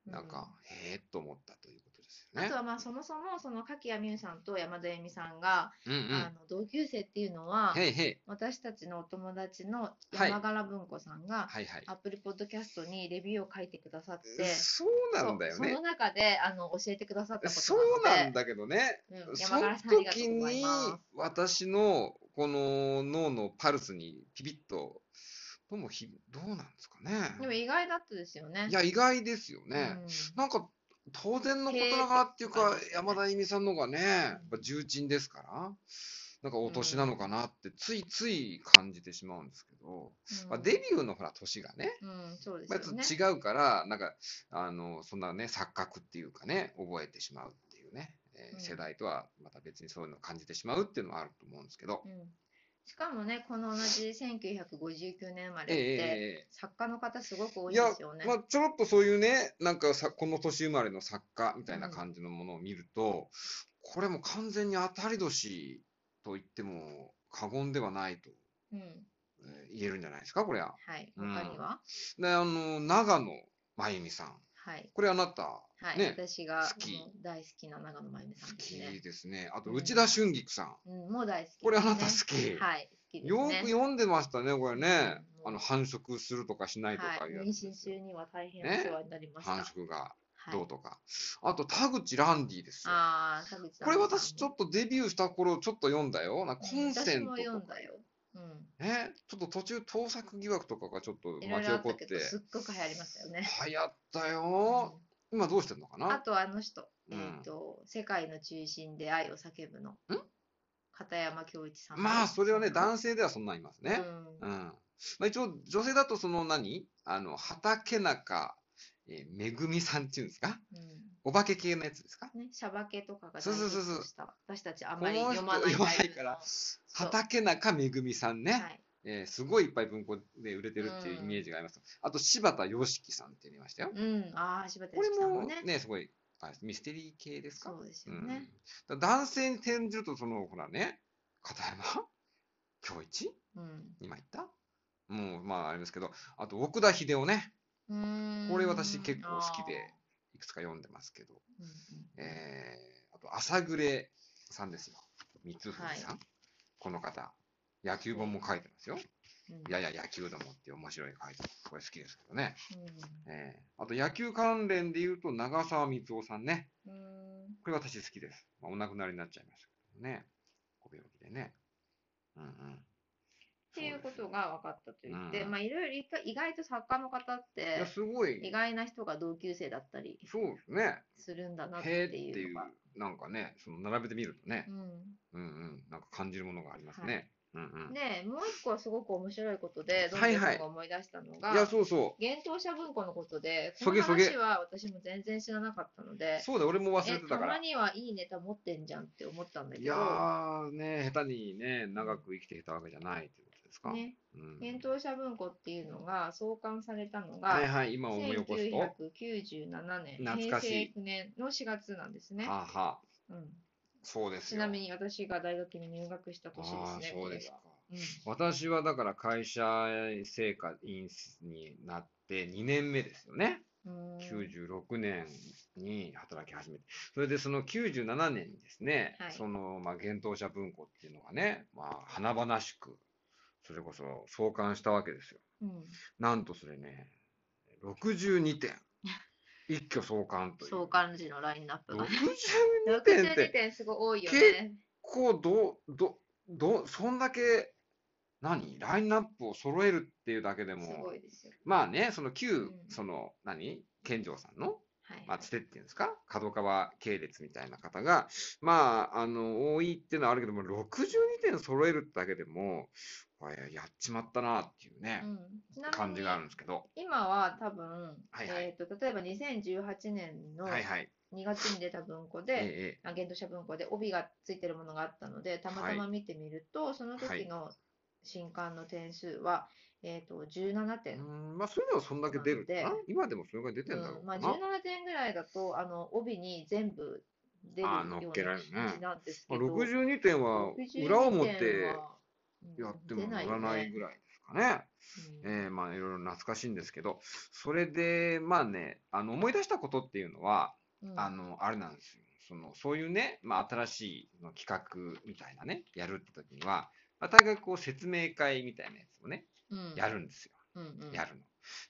Speaker 2: ん、
Speaker 3: なんか、へえっと思ったということです
Speaker 2: う
Speaker 3: よ
Speaker 2: ん。あ
Speaker 3: ね。
Speaker 2: とはまあそもそもその柿谷美優さんと山田恵美さんが、
Speaker 3: うんう
Speaker 2: あ
Speaker 3: ん。
Speaker 2: の同級生っていうのは、
Speaker 3: へいへい。
Speaker 2: 私たちのお友達の
Speaker 3: はい
Speaker 2: 山柄文子さんが、
Speaker 3: はいはい。
Speaker 2: アップルポッドキャストにレビューを書いてくださって、
Speaker 3: そうなんだよ
Speaker 2: そうそ
Speaker 3: ね
Speaker 2: の。中であの教えてくださったこと
Speaker 3: そう
Speaker 2: なので
Speaker 3: なんだけどね。
Speaker 2: うん
Speaker 3: その
Speaker 2: 山柄さんありがと
Speaker 3: 時
Speaker 2: うござい
Speaker 3: に
Speaker 2: ま
Speaker 3: 私のこの脳のパルスにピピッと、どうもひ、どうなんですか
Speaker 2: す。でも
Speaker 3: ね。
Speaker 2: 意外だったですよね。
Speaker 3: いや、意外ですよね。
Speaker 2: う
Speaker 3: なんか、当然のことながらっていうか
Speaker 2: 経営とかです、ね
Speaker 3: 山田恵美さんの方がね、やっぱ重鎮ですから、なんかお年なのかなって、ついつい感じてしまうんですけど、
Speaker 2: ん
Speaker 3: まあ、デビューのほら、年がね、
Speaker 2: うん、そうです
Speaker 3: まあ、
Speaker 2: よね。
Speaker 3: ちょっと違うから、なんか、あの、そんなね、錯覚っていうかね、覚えてしまうっていうね、え
Speaker 2: う
Speaker 3: ー
Speaker 2: ん
Speaker 3: 世代とはまた別にそういうのを感じてしまうっていうのはあると思うんですけど
Speaker 2: う、ん、しかもね、この同じ1959年生まれっ
Speaker 3: えええ
Speaker 2: て、
Speaker 3: ええ
Speaker 2: 作家の方すごく多
Speaker 3: え
Speaker 2: い
Speaker 3: い
Speaker 2: で
Speaker 3: や
Speaker 2: すよ、ね。
Speaker 3: まあ、ちょろっとそういうね、なんかさ、この年生まれの作家みたいな感じのものを見ると、これも完全に当たり年と言っても過言ではないと
Speaker 2: うん、
Speaker 3: えー言えるんじゃないですか、これは。
Speaker 2: はい。
Speaker 3: うん
Speaker 2: 他には、
Speaker 3: で、あの、長野真由美さん。
Speaker 2: はい。
Speaker 3: これあなた、
Speaker 2: はい、
Speaker 3: ね、
Speaker 2: 私が
Speaker 3: 好き
Speaker 2: もう大好きな長野真由美さん
Speaker 3: 好
Speaker 2: です
Speaker 3: き
Speaker 2: ね。
Speaker 3: ですね。あと、
Speaker 2: うん
Speaker 3: 内田俊菊さん。
Speaker 2: うん、もう大好き、
Speaker 3: これあなた好き
Speaker 2: はい、好きです
Speaker 3: よ
Speaker 2: ね。
Speaker 3: ーく読んでましたね、これね。
Speaker 2: うん
Speaker 3: あの、繁殖するとかしないと
Speaker 2: は
Speaker 3: か
Speaker 2: い、
Speaker 3: い
Speaker 2: 妊
Speaker 3: うや
Speaker 2: 娠
Speaker 3: つです
Speaker 2: 中
Speaker 3: よ。
Speaker 2: には大変お
Speaker 3: ね
Speaker 2: 世話になりました。
Speaker 3: 繁殖が
Speaker 2: はい
Speaker 3: どうとか。あと、田口ランディですよ。
Speaker 2: ああ、田口さん
Speaker 3: これ私ちょ
Speaker 2: と
Speaker 3: っとデビューした頃ちょっと読んだよ。なんかコンセン
Speaker 2: 私
Speaker 3: ト
Speaker 2: も
Speaker 3: と
Speaker 2: 読ん
Speaker 3: か
Speaker 2: だよ。うん。
Speaker 3: ね、ちょっと途中盗作疑惑とかがちょっと
Speaker 2: いろ
Speaker 3: 巻
Speaker 2: い
Speaker 3: き
Speaker 2: ろあっ
Speaker 3: 起こ
Speaker 2: た
Speaker 3: っ
Speaker 2: け
Speaker 3: て
Speaker 2: ど、すっごく流行りましたよね。
Speaker 3: 流行った
Speaker 2: う
Speaker 3: よ、
Speaker 2: ん
Speaker 3: 今どうしてんのか
Speaker 2: あ
Speaker 3: な
Speaker 2: とあの人、
Speaker 3: うん
Speaker 2: えっと、世界の中心で愛を叫ぶの。片山恭一さん。
Speaker 3: まあそれはね男性ではそんなんいます
Speaker 2: 性
Speaker 3: ね、
Speaker 2: うん
Speaker 3: うんまあ、一応女性だとその何あの畑中、えーめぐみさんっていうんですか
Speaker 2: うん
Speaker 3: お化け系のやつですか
Speaker 2: ね、シャバ系とかが
Speaker 3: そうそうそうそう
Speaker 2: 大ヒットした私たちあん
Speaker 3: こ
Speaker 2: ま
Speaker 3: の
Speaker 2: り
Speaker 3: 人
Speaker 2: 読まない
Speaker 3: 読まないから
Speaker 2: う
Speaker 3: 畑中めぐみさんね、
Speaker 2: はい、
Speaker 3: えーすごいいっぱい文庫で売れてるっていうイメージがあります、あと柴田良樹さんっていうのいましたよ、
Speaker 2: うん、ああ、柴田
Speaker 3: これ
Speaker 2: さんも
Speaker 3: も
Speaker 2: ね。
Speaker 3: ねすごいあミステリー系ですか
Speaker 2: そうですよね。
Speaker 3: うん、だから男性に転じるとそのほらね片山恭一
Speaker 2: うん。
Speaker 3: 今言ったもうまああれですけどあと奥田秀夫ね
Speaker 2: うーん
Speaker 3: これ私結構好きで。いくつか読んでますけど、
Speaker 2: あーうん
Speaker 3: えー、あと朝暮さんですよ三つさん、
Speaker 2: はい
Speaker 3: この方野球本も書いてますよ
Speaker 2: うん
Speaker 3: やや野球どもっていう面白い書いてますこれ好きですけどね、
Speaker 2: う
Speaker 3: えー、あと野球関連で言うと長澤光雄さんね
Speaker 2: んうん
Speaker 3: これ私好きです。まあ、お亡くなりになっちゃいましたけどね。ご病気でね。うんうん。
Speaker 2: っていうことが分かったと言って、
Speaker 3: うん
Speaker 2: まあいろいろいた意外と作家の方っ
Speaker 3: そうですね。い
Speaker 2: て
Speaker 3: や、すご
Speaker 2: 意
Speaker 3: い。
Speaker 2: 外な人が同級生だったり
Speaker 3: そうですね。
Speaker 2: するんだなって
Speaker 3: へーって
Speaker 2: い
Speaker 3: いうう
Speaker 2: のが。、
Speaker 3: なんかね、その並べてみるとね
Speaker 2: う、
Speaker 3: うんうん、なんか感じるものがありますね。うんうん
Speaker 2: ん、。でもう一個すごく面白いことでどんど
Speaker 3: はい
Speaker 2: ん
Speaker 3: はい
Speaker 2: が思い出したのが、
Speaker 3: いや、そうそ
Speaker 2: 幻冬舎文庫のことで
Speaker 3: そ
Speaker 2: こ
Speaker 3: げ
Speaker 2: の
Speaker 3: そげ
Speaker 2: 話は私も全然知らなかったの
Speaker 3: う。
Speaker 2: で
Speaker 3: そうだ、俺も忘れ
Speaker 2: え
Speaker 3: て
Speaker 2: た
Speaker 3: たか
Speaker 2: ま
Speaker 3: ら。
Speaker 2: にはいいネタ持ってんじゃんって思ったんだけ
Speaker 3: いや
Speaker 2: ど、
Speaker 3: ー、ね、下手にね、長く生きてきたわけじゃないということですか。
Speaker 2: ね、
Speaker 3: うん。
Speaker 2: 幻冬舎文庫っていうのが創刊されたのが、
Speaker 3: はいはい、今思い起こすと。は
Speaker 2: 1997年、
Speaker 3: 懐
Speaker 2: 平
Speaker 3: かしい
Speaker 2: 成9年の4月なんですね
Speaker 3: あ。はあ。
Speaker 2: うん、
Speaker 3: そうです
Speaker 2: ち
Speaker 3: よ。
Speaker 2: なみに私が大学に入学した年
Speaker 3: ああ、
Speaker 2: ですね、
Speaker 3: そう
Speaker 2: これ
Speaker 3: です
Speaker 2: が
Speaker 3: か。。
Speaker 2: うん
Speaker 3: 私はだから会社生活員になって2年目ですよね。
Speaker 2: うーん
Speaker 3: 96年に働き始めて。それでその97年にですね、
Speaker 2: はい
Speaker 3: その、まあ、幻冬舎文庫っていうのがね、まあ、華々しく、それこそ創刊したわけですよ。
Speaker 2: うん
Speaker 3: なんとそれね、62点。一挙創刊という。
Speaker 2: 創刊時のラインナップがね。
Speaker 3: 62点っ
Speaker 2: 62
Speaker 3: て、
Speaker 2: 点すごい多いよね。
Speaker 3: こう、ど、ど、ど、そんだけ、何ラインナップを揃えるっていうだけですも、
Speaker 2: ごいですよ。
Speaker 3: まあね、その旧、
Speaker 2: うん
Speaker 3: その、何健丈さんの、
Speaker 2: はい。
Speaker 3: まあ、つてっていうんですか角川系列みたいな方が、まあ、あの、多いっていうのはあるけども、62点揃えるってだけでも、あいややっちまったなっていうね
Speaker 2: う、ん、ちなみ
Speaker 3: 感
Speaker 2: に
Speaker 3: じがあるんですけど。
Speaker 2: 今は多分、
Speaker 3: はいはい
Speaker 2: えー、と例えば2018年の
Speaker 3: はいはい。
Speaker 2: 2月に出た文庫で、
Speaker 3: えええ
Speaker 2: あ限度者文庫で帯がついてるものがあったのでたまたま見てみると、その時の新刊の点数は、えー、と17
Speaker 3: え。う
Speaker 2: 点、
Speaker 3: ん、まあ、そういうのはそんだけ出るかな
Speaker 2: なので
Speaker 3: 今でもそれが出てんだろ
Speaker 2: う
Speaker 3: うん
Speaker 2: まあ、
Speaker 3: か
Speaker 2: 17
Speaker 3: な。
Speaker 2: 点ぐらいだとあの帯に全部出るよ
Speaker 3: あ
Speaker 2: う
Speaker 3: ー
Speaker 2: な
Speaker 3: 乗っけられるね
Speaker 2: 感じなんですけ
Speaker 3: まあ、
Speaker 2: ど、
Speaker 3: 62点は
Speaker 2: 62
Speaker 3: 裏を持っ
Speaker 2: 点
Speaker 3: て
Speaker 2: はうん
Speaker 3: やっても
Speaker 2: 出
Speaker 3: 乗
Speaker 2: ないよ
Speaker 3: らない
Speaker 2: ね
Speaker 3: ぐらいですかね。
Speaker 2: うん
Speaker 3: えーまあいろいろ懐かしいんですけど、それで、まあね、あの思い出したことっていうのは、
Speaker 2: うん
Speaker 3: あの、あれなんですよ。その、そういうね、まあ新しいの企画みたいなね、やるって時には、まあ、大概こう説明会みたいなやつをね、
Speaker 2: うん
Speaker 3: やるんですよ。
Speaker 2: うんうん
Speaker 3: やるの。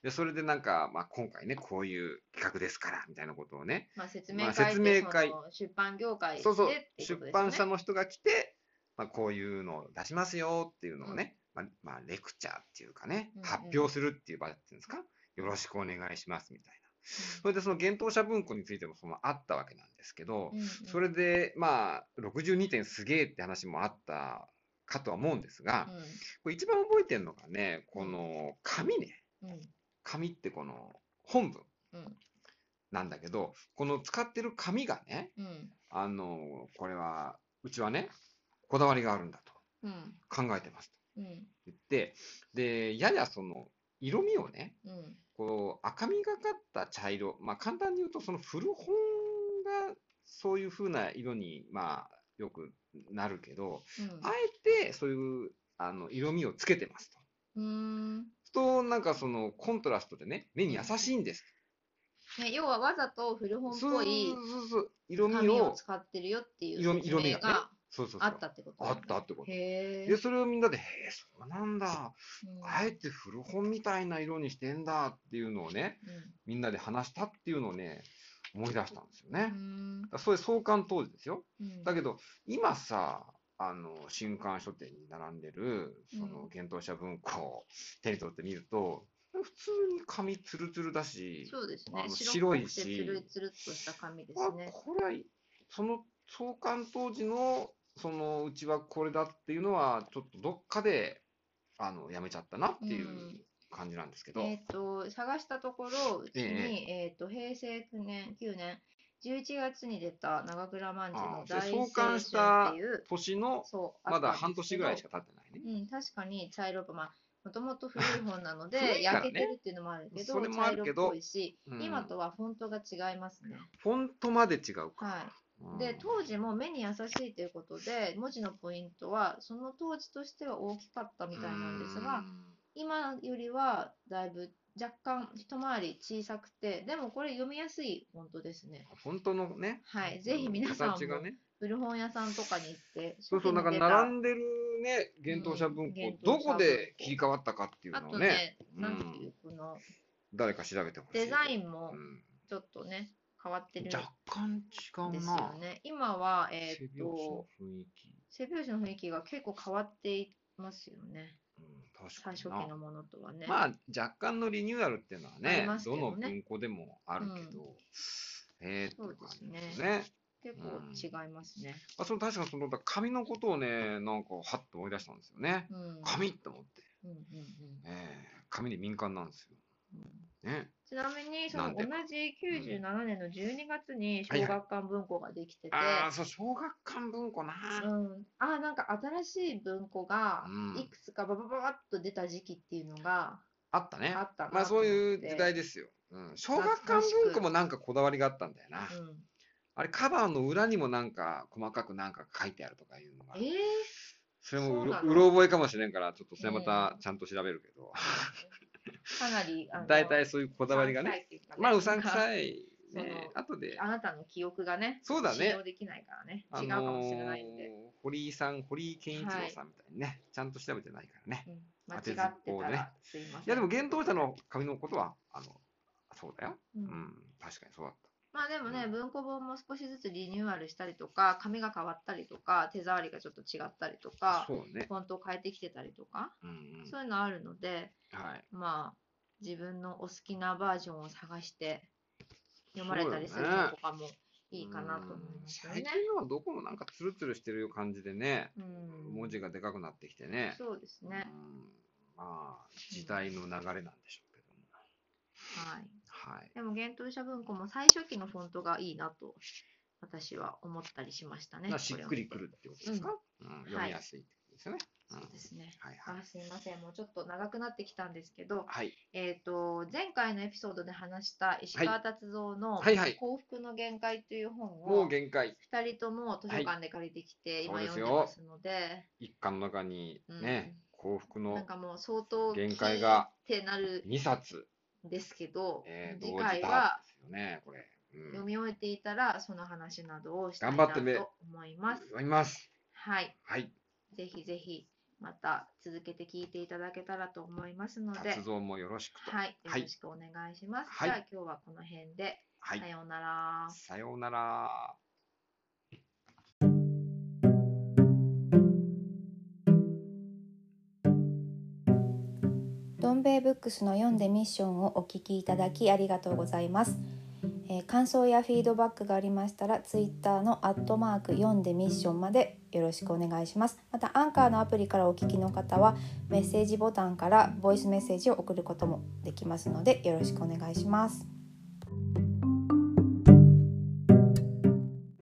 Speaker 3: で、それでなんか、まあ今回ね、こういう企画ですから、みたいなことをね、
Speaker 2: まあ、説
Speaker 3: ま
Speaker 2: 明
Speaker 3: あ
Speaker 2: 会
Speaker 3: 説明
Speaker 2: って
Speaker 3: 会
Speaker 2: その出版業界で
Speaker 3: そうそう、
Speaker 2: ってい
Speaker 3: 出
Speaker 2: ことですよね
Speaker 3: 版社の人が来て、まあこういうのを出しますよっていうのをね、まあ、まあレクチャーっていうかね
Speaker 2: うんう、ん
Speaker 3: 発表するっていう場っていうんですか、よろしくお願いしますみたいな。それでその幻冬舎文庫についてもそのあったわけなんですけど、
Speaker 2: うんうん
Speaker 3: それでまあ62点すげえって話もあったかとは思うんですが、これ一番覚えてるのがねこの紙ね
Speaker 2: うんうん
Speaker 3: 紙ってこの本文
Speaker 2: うん
Speaker 3: なんだけど、この使ってる紙がね
Speaker 2: うん
Speaker 3: あのこれはうちはねこだわりがあるんだと
Speaker 2: うん
Speaker 3: 考えてます
Speaker 2: う
Speaker 3: と
Speaker 2: ん
Speaker 3: 言ってでややその色味をね
Speaker 2: うん
Speaker 3: こう赤みがかった茶色、まあ、簡単に言うとその古本がそういう風な色に、まあ、よくなるけど
Speaker 2: うん
Speaker 3: あえてそういうあの色味をつけてますと。
Speaker 2: うーん
Speaker 3: となんかそのコントラストでね目に優しいんです。
Speaker 2: ね、要はわざと古本っ
Speaker 3: そう
Speaker 2: ぽい
Speaker 3: そうそう色味
Speaker 2: 紙を
Speaker 3: を
Speaker 2: 使ってるよっていう
Speaker 3: 色味
Speaker 2: 説
Speaker 3: 色味
Speaker 2: 明
Speaker 3: がね
Speaker 2: が
Speaker 3: そうそうそう
Speaker 2: あったってことだよね、
Speaker 3: あったってこと
Speaker 2: へえ
Speaker 3: で。それをみんなで「へえそうなんだ
Speaker 2: うん
Speaker 3: あえて古本みたいな色にしてんだ」っていうのをねみんなで話したっていうのをね思い出したんですよね。
Speaker 2: うん
Speaker 3: だからそれ創刊当時ですよ。
Speaker 2: うん
Speaker 3: だけど、今さ、あの新刊書店に並んでるその検討者文庫を手に取ってみると、普通に紙ツルツルだし、
Speaker 2: そうです
Speaker 3: あ
Speaker 2: ね。
Speaker 3: の
Speaker 2: 白っぽ
Speaker 3: 白
Speaker 2: く
Speaker 3: い
Speaker 2: て
Speaker 3: し
Speaker 2: つるつるっとした紙で
Speaker 3: あ
Speaker 2: すね。
Speaker 3: これはその創刊当時のそのうちはこれだっていうのはちょっとどっかであのやめちゃったなっていう
Speaker 2: うん
Speaker 3: 感じなんですけど、
Speaker 2: えっと、探したところ、うちに、
Speaker 3: え
Speaker 2: えっと、平成9年、9年、11月に出た長倉万次
Speaker 3: あ
Speaker 2: の
Speaker 3: ー
Speaker 2: 大
Speaker 3: 創刊した
Speaker 2: 青春っていう、
Speaker 3: 年の
Speaker 2: そう、
Speaker 3: まだ
Speaker 2: あったん
Speaker 3: 半
Speaker 2: です
Speaker 3: 年
Speaker 2: けど
Speaker 3: ぐらいしか経ってないね。
Speaker 2: うん、確かに茶色っぽい、まあ、もともと古い本なの
Speaker 3: 古
Speaker 2: で、
Speaker 3: いから
Speaker 2: 焼
Speaker 3: ね
Speaker 2: けてるっていうのもあるけ
Speaker 3: そ
Speaker 2: ど、
Speaker 3: れもあ
Speaker 2: 茶
Speaker 3: る
Speaker 2: 色
Speaker 3: け
Speaker 2: っ
Speaker 3: ど
Speaker 2: ぽいし、
Speaker 3: うん
Speaker 2: 今とはフォントが違いますね。
Speaker 3: フォントまで違うか。
Speaker 2: は
Speaker 3: うん
Speaker 2: い。で、当時も目に優しいということで、文字のポイントは、その当時としては大きかったみたいなんですが、、今よりはだいぶ若干一回り小さくて、でもこれ読みやすいフォントですね。
Speaker 3: うんフォントのね、
Speaker 2: はい。ぜひ皆さんも
Speaker 3: 形がね、
Speaker 2: 古本屋さんとかに行って、
Speaker 3: そうそう、
Speaker 2: 初
Speaker 3: な
Speaker 2: 期
Speaker 3: ん
Speaker 2: に
Speaker 3: か
Speaker 2: 出た
Speaker 3: 並んでるね、幻冬舎文庫、
Speaker 2: うん
Speaker 3: どこで切り替わったかっていう
Speaker 2: あ
Speaker 3: のを
Speaker 2: と
Speaker 3: ね、
Speaker 2: ね、
Speaker 3: うん
Speaker 2: なんていう、この
Speaker 3: 誰か調べてほしい。
Speaker 2: デザインも
Speaker 3: うん
Speaker 2: ちょっとね、変わってるんで
Speaker 3: 若干違う
Speaker 2: す
Speaker 3: な
Speaker 2: よ。ね。今は、え
Speaker 3: 背
Speaker 2: っ
Speaker 3: 拍子の
Speaker 2: と、
Speaker 3: 雰囲気。
Speaker 2: 背拍子の雰囲気が結構変わっていますよね。
Speaker 3: うん、確か
Speaker 2: 最
Speaker 3: に
Speaker 2: 初期
Speaker 3: な
Speaker 2: のものとはね。
Speaker 3: まあ、若干のリニューアルっていうのは
Speaker 2: あ
Speaker 3: ね、
Speaker 2: りますけ
Speaker 3: ど
Speaker 2: どね
Speaker 3: の文庫でもあるけど、えー、
Speaker 2: そう
Speaker 3: って
Speaker 2: で
Speaker 3: 感
Speaker 2: す
Speaker 3: じ
Speaker 2: ね
Speaker 3: ですね。
Speaker 2: 結
Speaker 3: うん
Speaker 2: 構違いますね。
Speaker 3: あ、その確かそのだ紙のことをね、なんかはっと思い出したんですよね。
Speaker 2: うん。うん
Speaker 3: 紙と思って。
Speaker 2: うんうん
Speaker 3: ええ紙で民間なんです
Speaker 2: うん
Speaker 3: よ。ね。
Speaker 2: ちなみに、そ
Speaker 3: な
Speaker 2: の
Speaker 3: んで
Speaker 2: 同
Speaker 3: か
Speaker 2: じ97年の12月に小学館文庫ができてて、
Speaker 3: ああ、そう、小学館文庫な。
Speaker 2: うん、あーなんか新しい文庫が
Speaker 3: うん
Speaker 2: いくつかババババッと出た時期っていうのが
Speaker 3: あったね。
Speaker 2: あったな
Speaker 3: まあそういう
Speaker 2: と思って
Speaker 3: 時代ですよ。うん、小学館文庫もなんかこだわりがあったんだよな。
Speaker 2: うん
Speaker 3: あれカバーの裏にもなんか細かくなんか書いてあるとかいうのが
Speaker 2: え。ー、
Speaker 3: それもうろ
Speaker 2: そうなの
Speaker 3: うろ覚えかもしれんから、ちょっとそれまたちゃんと調べるけど。
Speaker 2: かなり、あの
Speaker 3: 大体そういうこだわりが
Speaker 2: うさんくさいって
Speaker 3: ね。
Speaker 2: いうか
Speaker 3: まあうさんくさい。ね、
Speaker 2: そ
Speaker 3: 後 で。
Speaker 2: あなたの記憶がね、
Speaker 3: そうだね
Speaker 2: 信用できないからね、違うかもしれないんで、
Speaker 3: ー堀井さん、堀井健一郎さんみたいにね、ちゃんと調べてないからね。
Speaker 2: うん
Speaker 3: あ
Speaker 2: 間違
Speaker 3: 当
Speaker 2: って
Speaker 3: てず
Speaker 2: た
Speaker 3: っぽうでね
Speaker 2: らすいません。
Speaker 3: いや、でも、幻冬者の紙のことは、あの、そうだよ。
Speaker 2: う
Speaker 3: うんん、確かにそうだっ
Speaker 2: まあでもね、
Speaker 3: うん
Speaker 2: 文庫本も少しずつリニューアルしたりとか、紙が変わったりとか、手触りがちょっと違ったりと
Speaker 3: た。
Speaker 2: か、
Speaker 3: そうね。
Speaker 2: フォントを変えてきてたりとか、
Speaker 3: うんうん。
Speaker 2: そういうのあるので、
Speaker 3: はい。
Speaker 2: まあ、自分のお好きなバージョンを探して読まれたりするのとかもいいかなと思いますよ
Speaker 3: うん最
Speaker 2: ね。
Speaker 3: 近のはどこもなんかツルツルしてる感じでね、
Speaker 2: うん、
Speaker 3: 文字がでかくなってきてね。
Speaker 2: そうです
Speaker 3: う
Speaker 2: ね。
Speaker 3: んまあ、時代の流れなんでしょうけども。
Speaker 2: はい。
Speaker 3: はい。
Speaker 2: でも、幻冬舎文庫も最初期のフォントがいいなと、私は思ったりしましたね。
Speaker 3: まあしっくりくるってことですか、うん読みやすいってことですよね。
Speaker 2: これを見て。そう
Speaker 3: うん
Speaker 2: ですね。
Speaker 3: はいはい
Speaker 2: あ。すいません、もうちょっと長くなってきたんですけど、
Speaker 3: はい。
Speaker 2: えっ、と、前回のエピソードで話した石川達三の
Speaker 3: はいはい
Speaker 2: 幸福の限界という本
Speaker 3: も
Speaker 2: を
Speaker 3: う限界。
Speaker 2: 2人とも図書館で借りてきて、今
Speaker 3: そうです
Speaker 2: 読ん
Speaker 3: よ
Speaker 2: でますので、
Speaker 3: 一巻の中にね、幸福
Speaker 2: なん
Speaker 3: の
Speaker 2: かもう相当
Speaker 3: 限界が
Speaker 2: キーってなる
Speaker 3: 2冊、
Speaker 2: んですけど、
Speaker 3: えー、
Speaker 2: 次
Speaker 3: 同時
Speaker 2: 回
Speaker 3: 多
Speaker 2: は
Speaker 3: 発ですよね、これ。うん、
Speaker 2: 読み終えていたらその話などをしたい
Speaker 3: 頑
Speaker 2: な
Speaker 3: 張ってね
Speaker 2: と思います。
Speaker 3: 読みます。
Speaker 2: はい、
Speaker 3: はい。
Speaker 2: ぜひぜひまた続けて聞いていただけたらと思いますので
Speaker 3: 達、造もよろしくと。
Speaker 2: はい、よ
Speaker 3: はい
Speaker 2: ろしくお願いします。
Speaker 3: はい
Speaker 2: じゃあ今日はこの辺で、
Speaker 3: はい
Speaker 2: さ。ようなら。
Speaker 3: さようなら。
Speaker 6: どん兵衛ブックスの読んでミッションをお聞きいただきありがとうございます、えー感想やフィードバックがありましたらツイッターのアットマーク読んでミッションまでよろしくお願いしますまたアンカーのアプリからお聞きの方はメッセージボタンからボイスメッセージを送ることもできますのでよろしくお願いします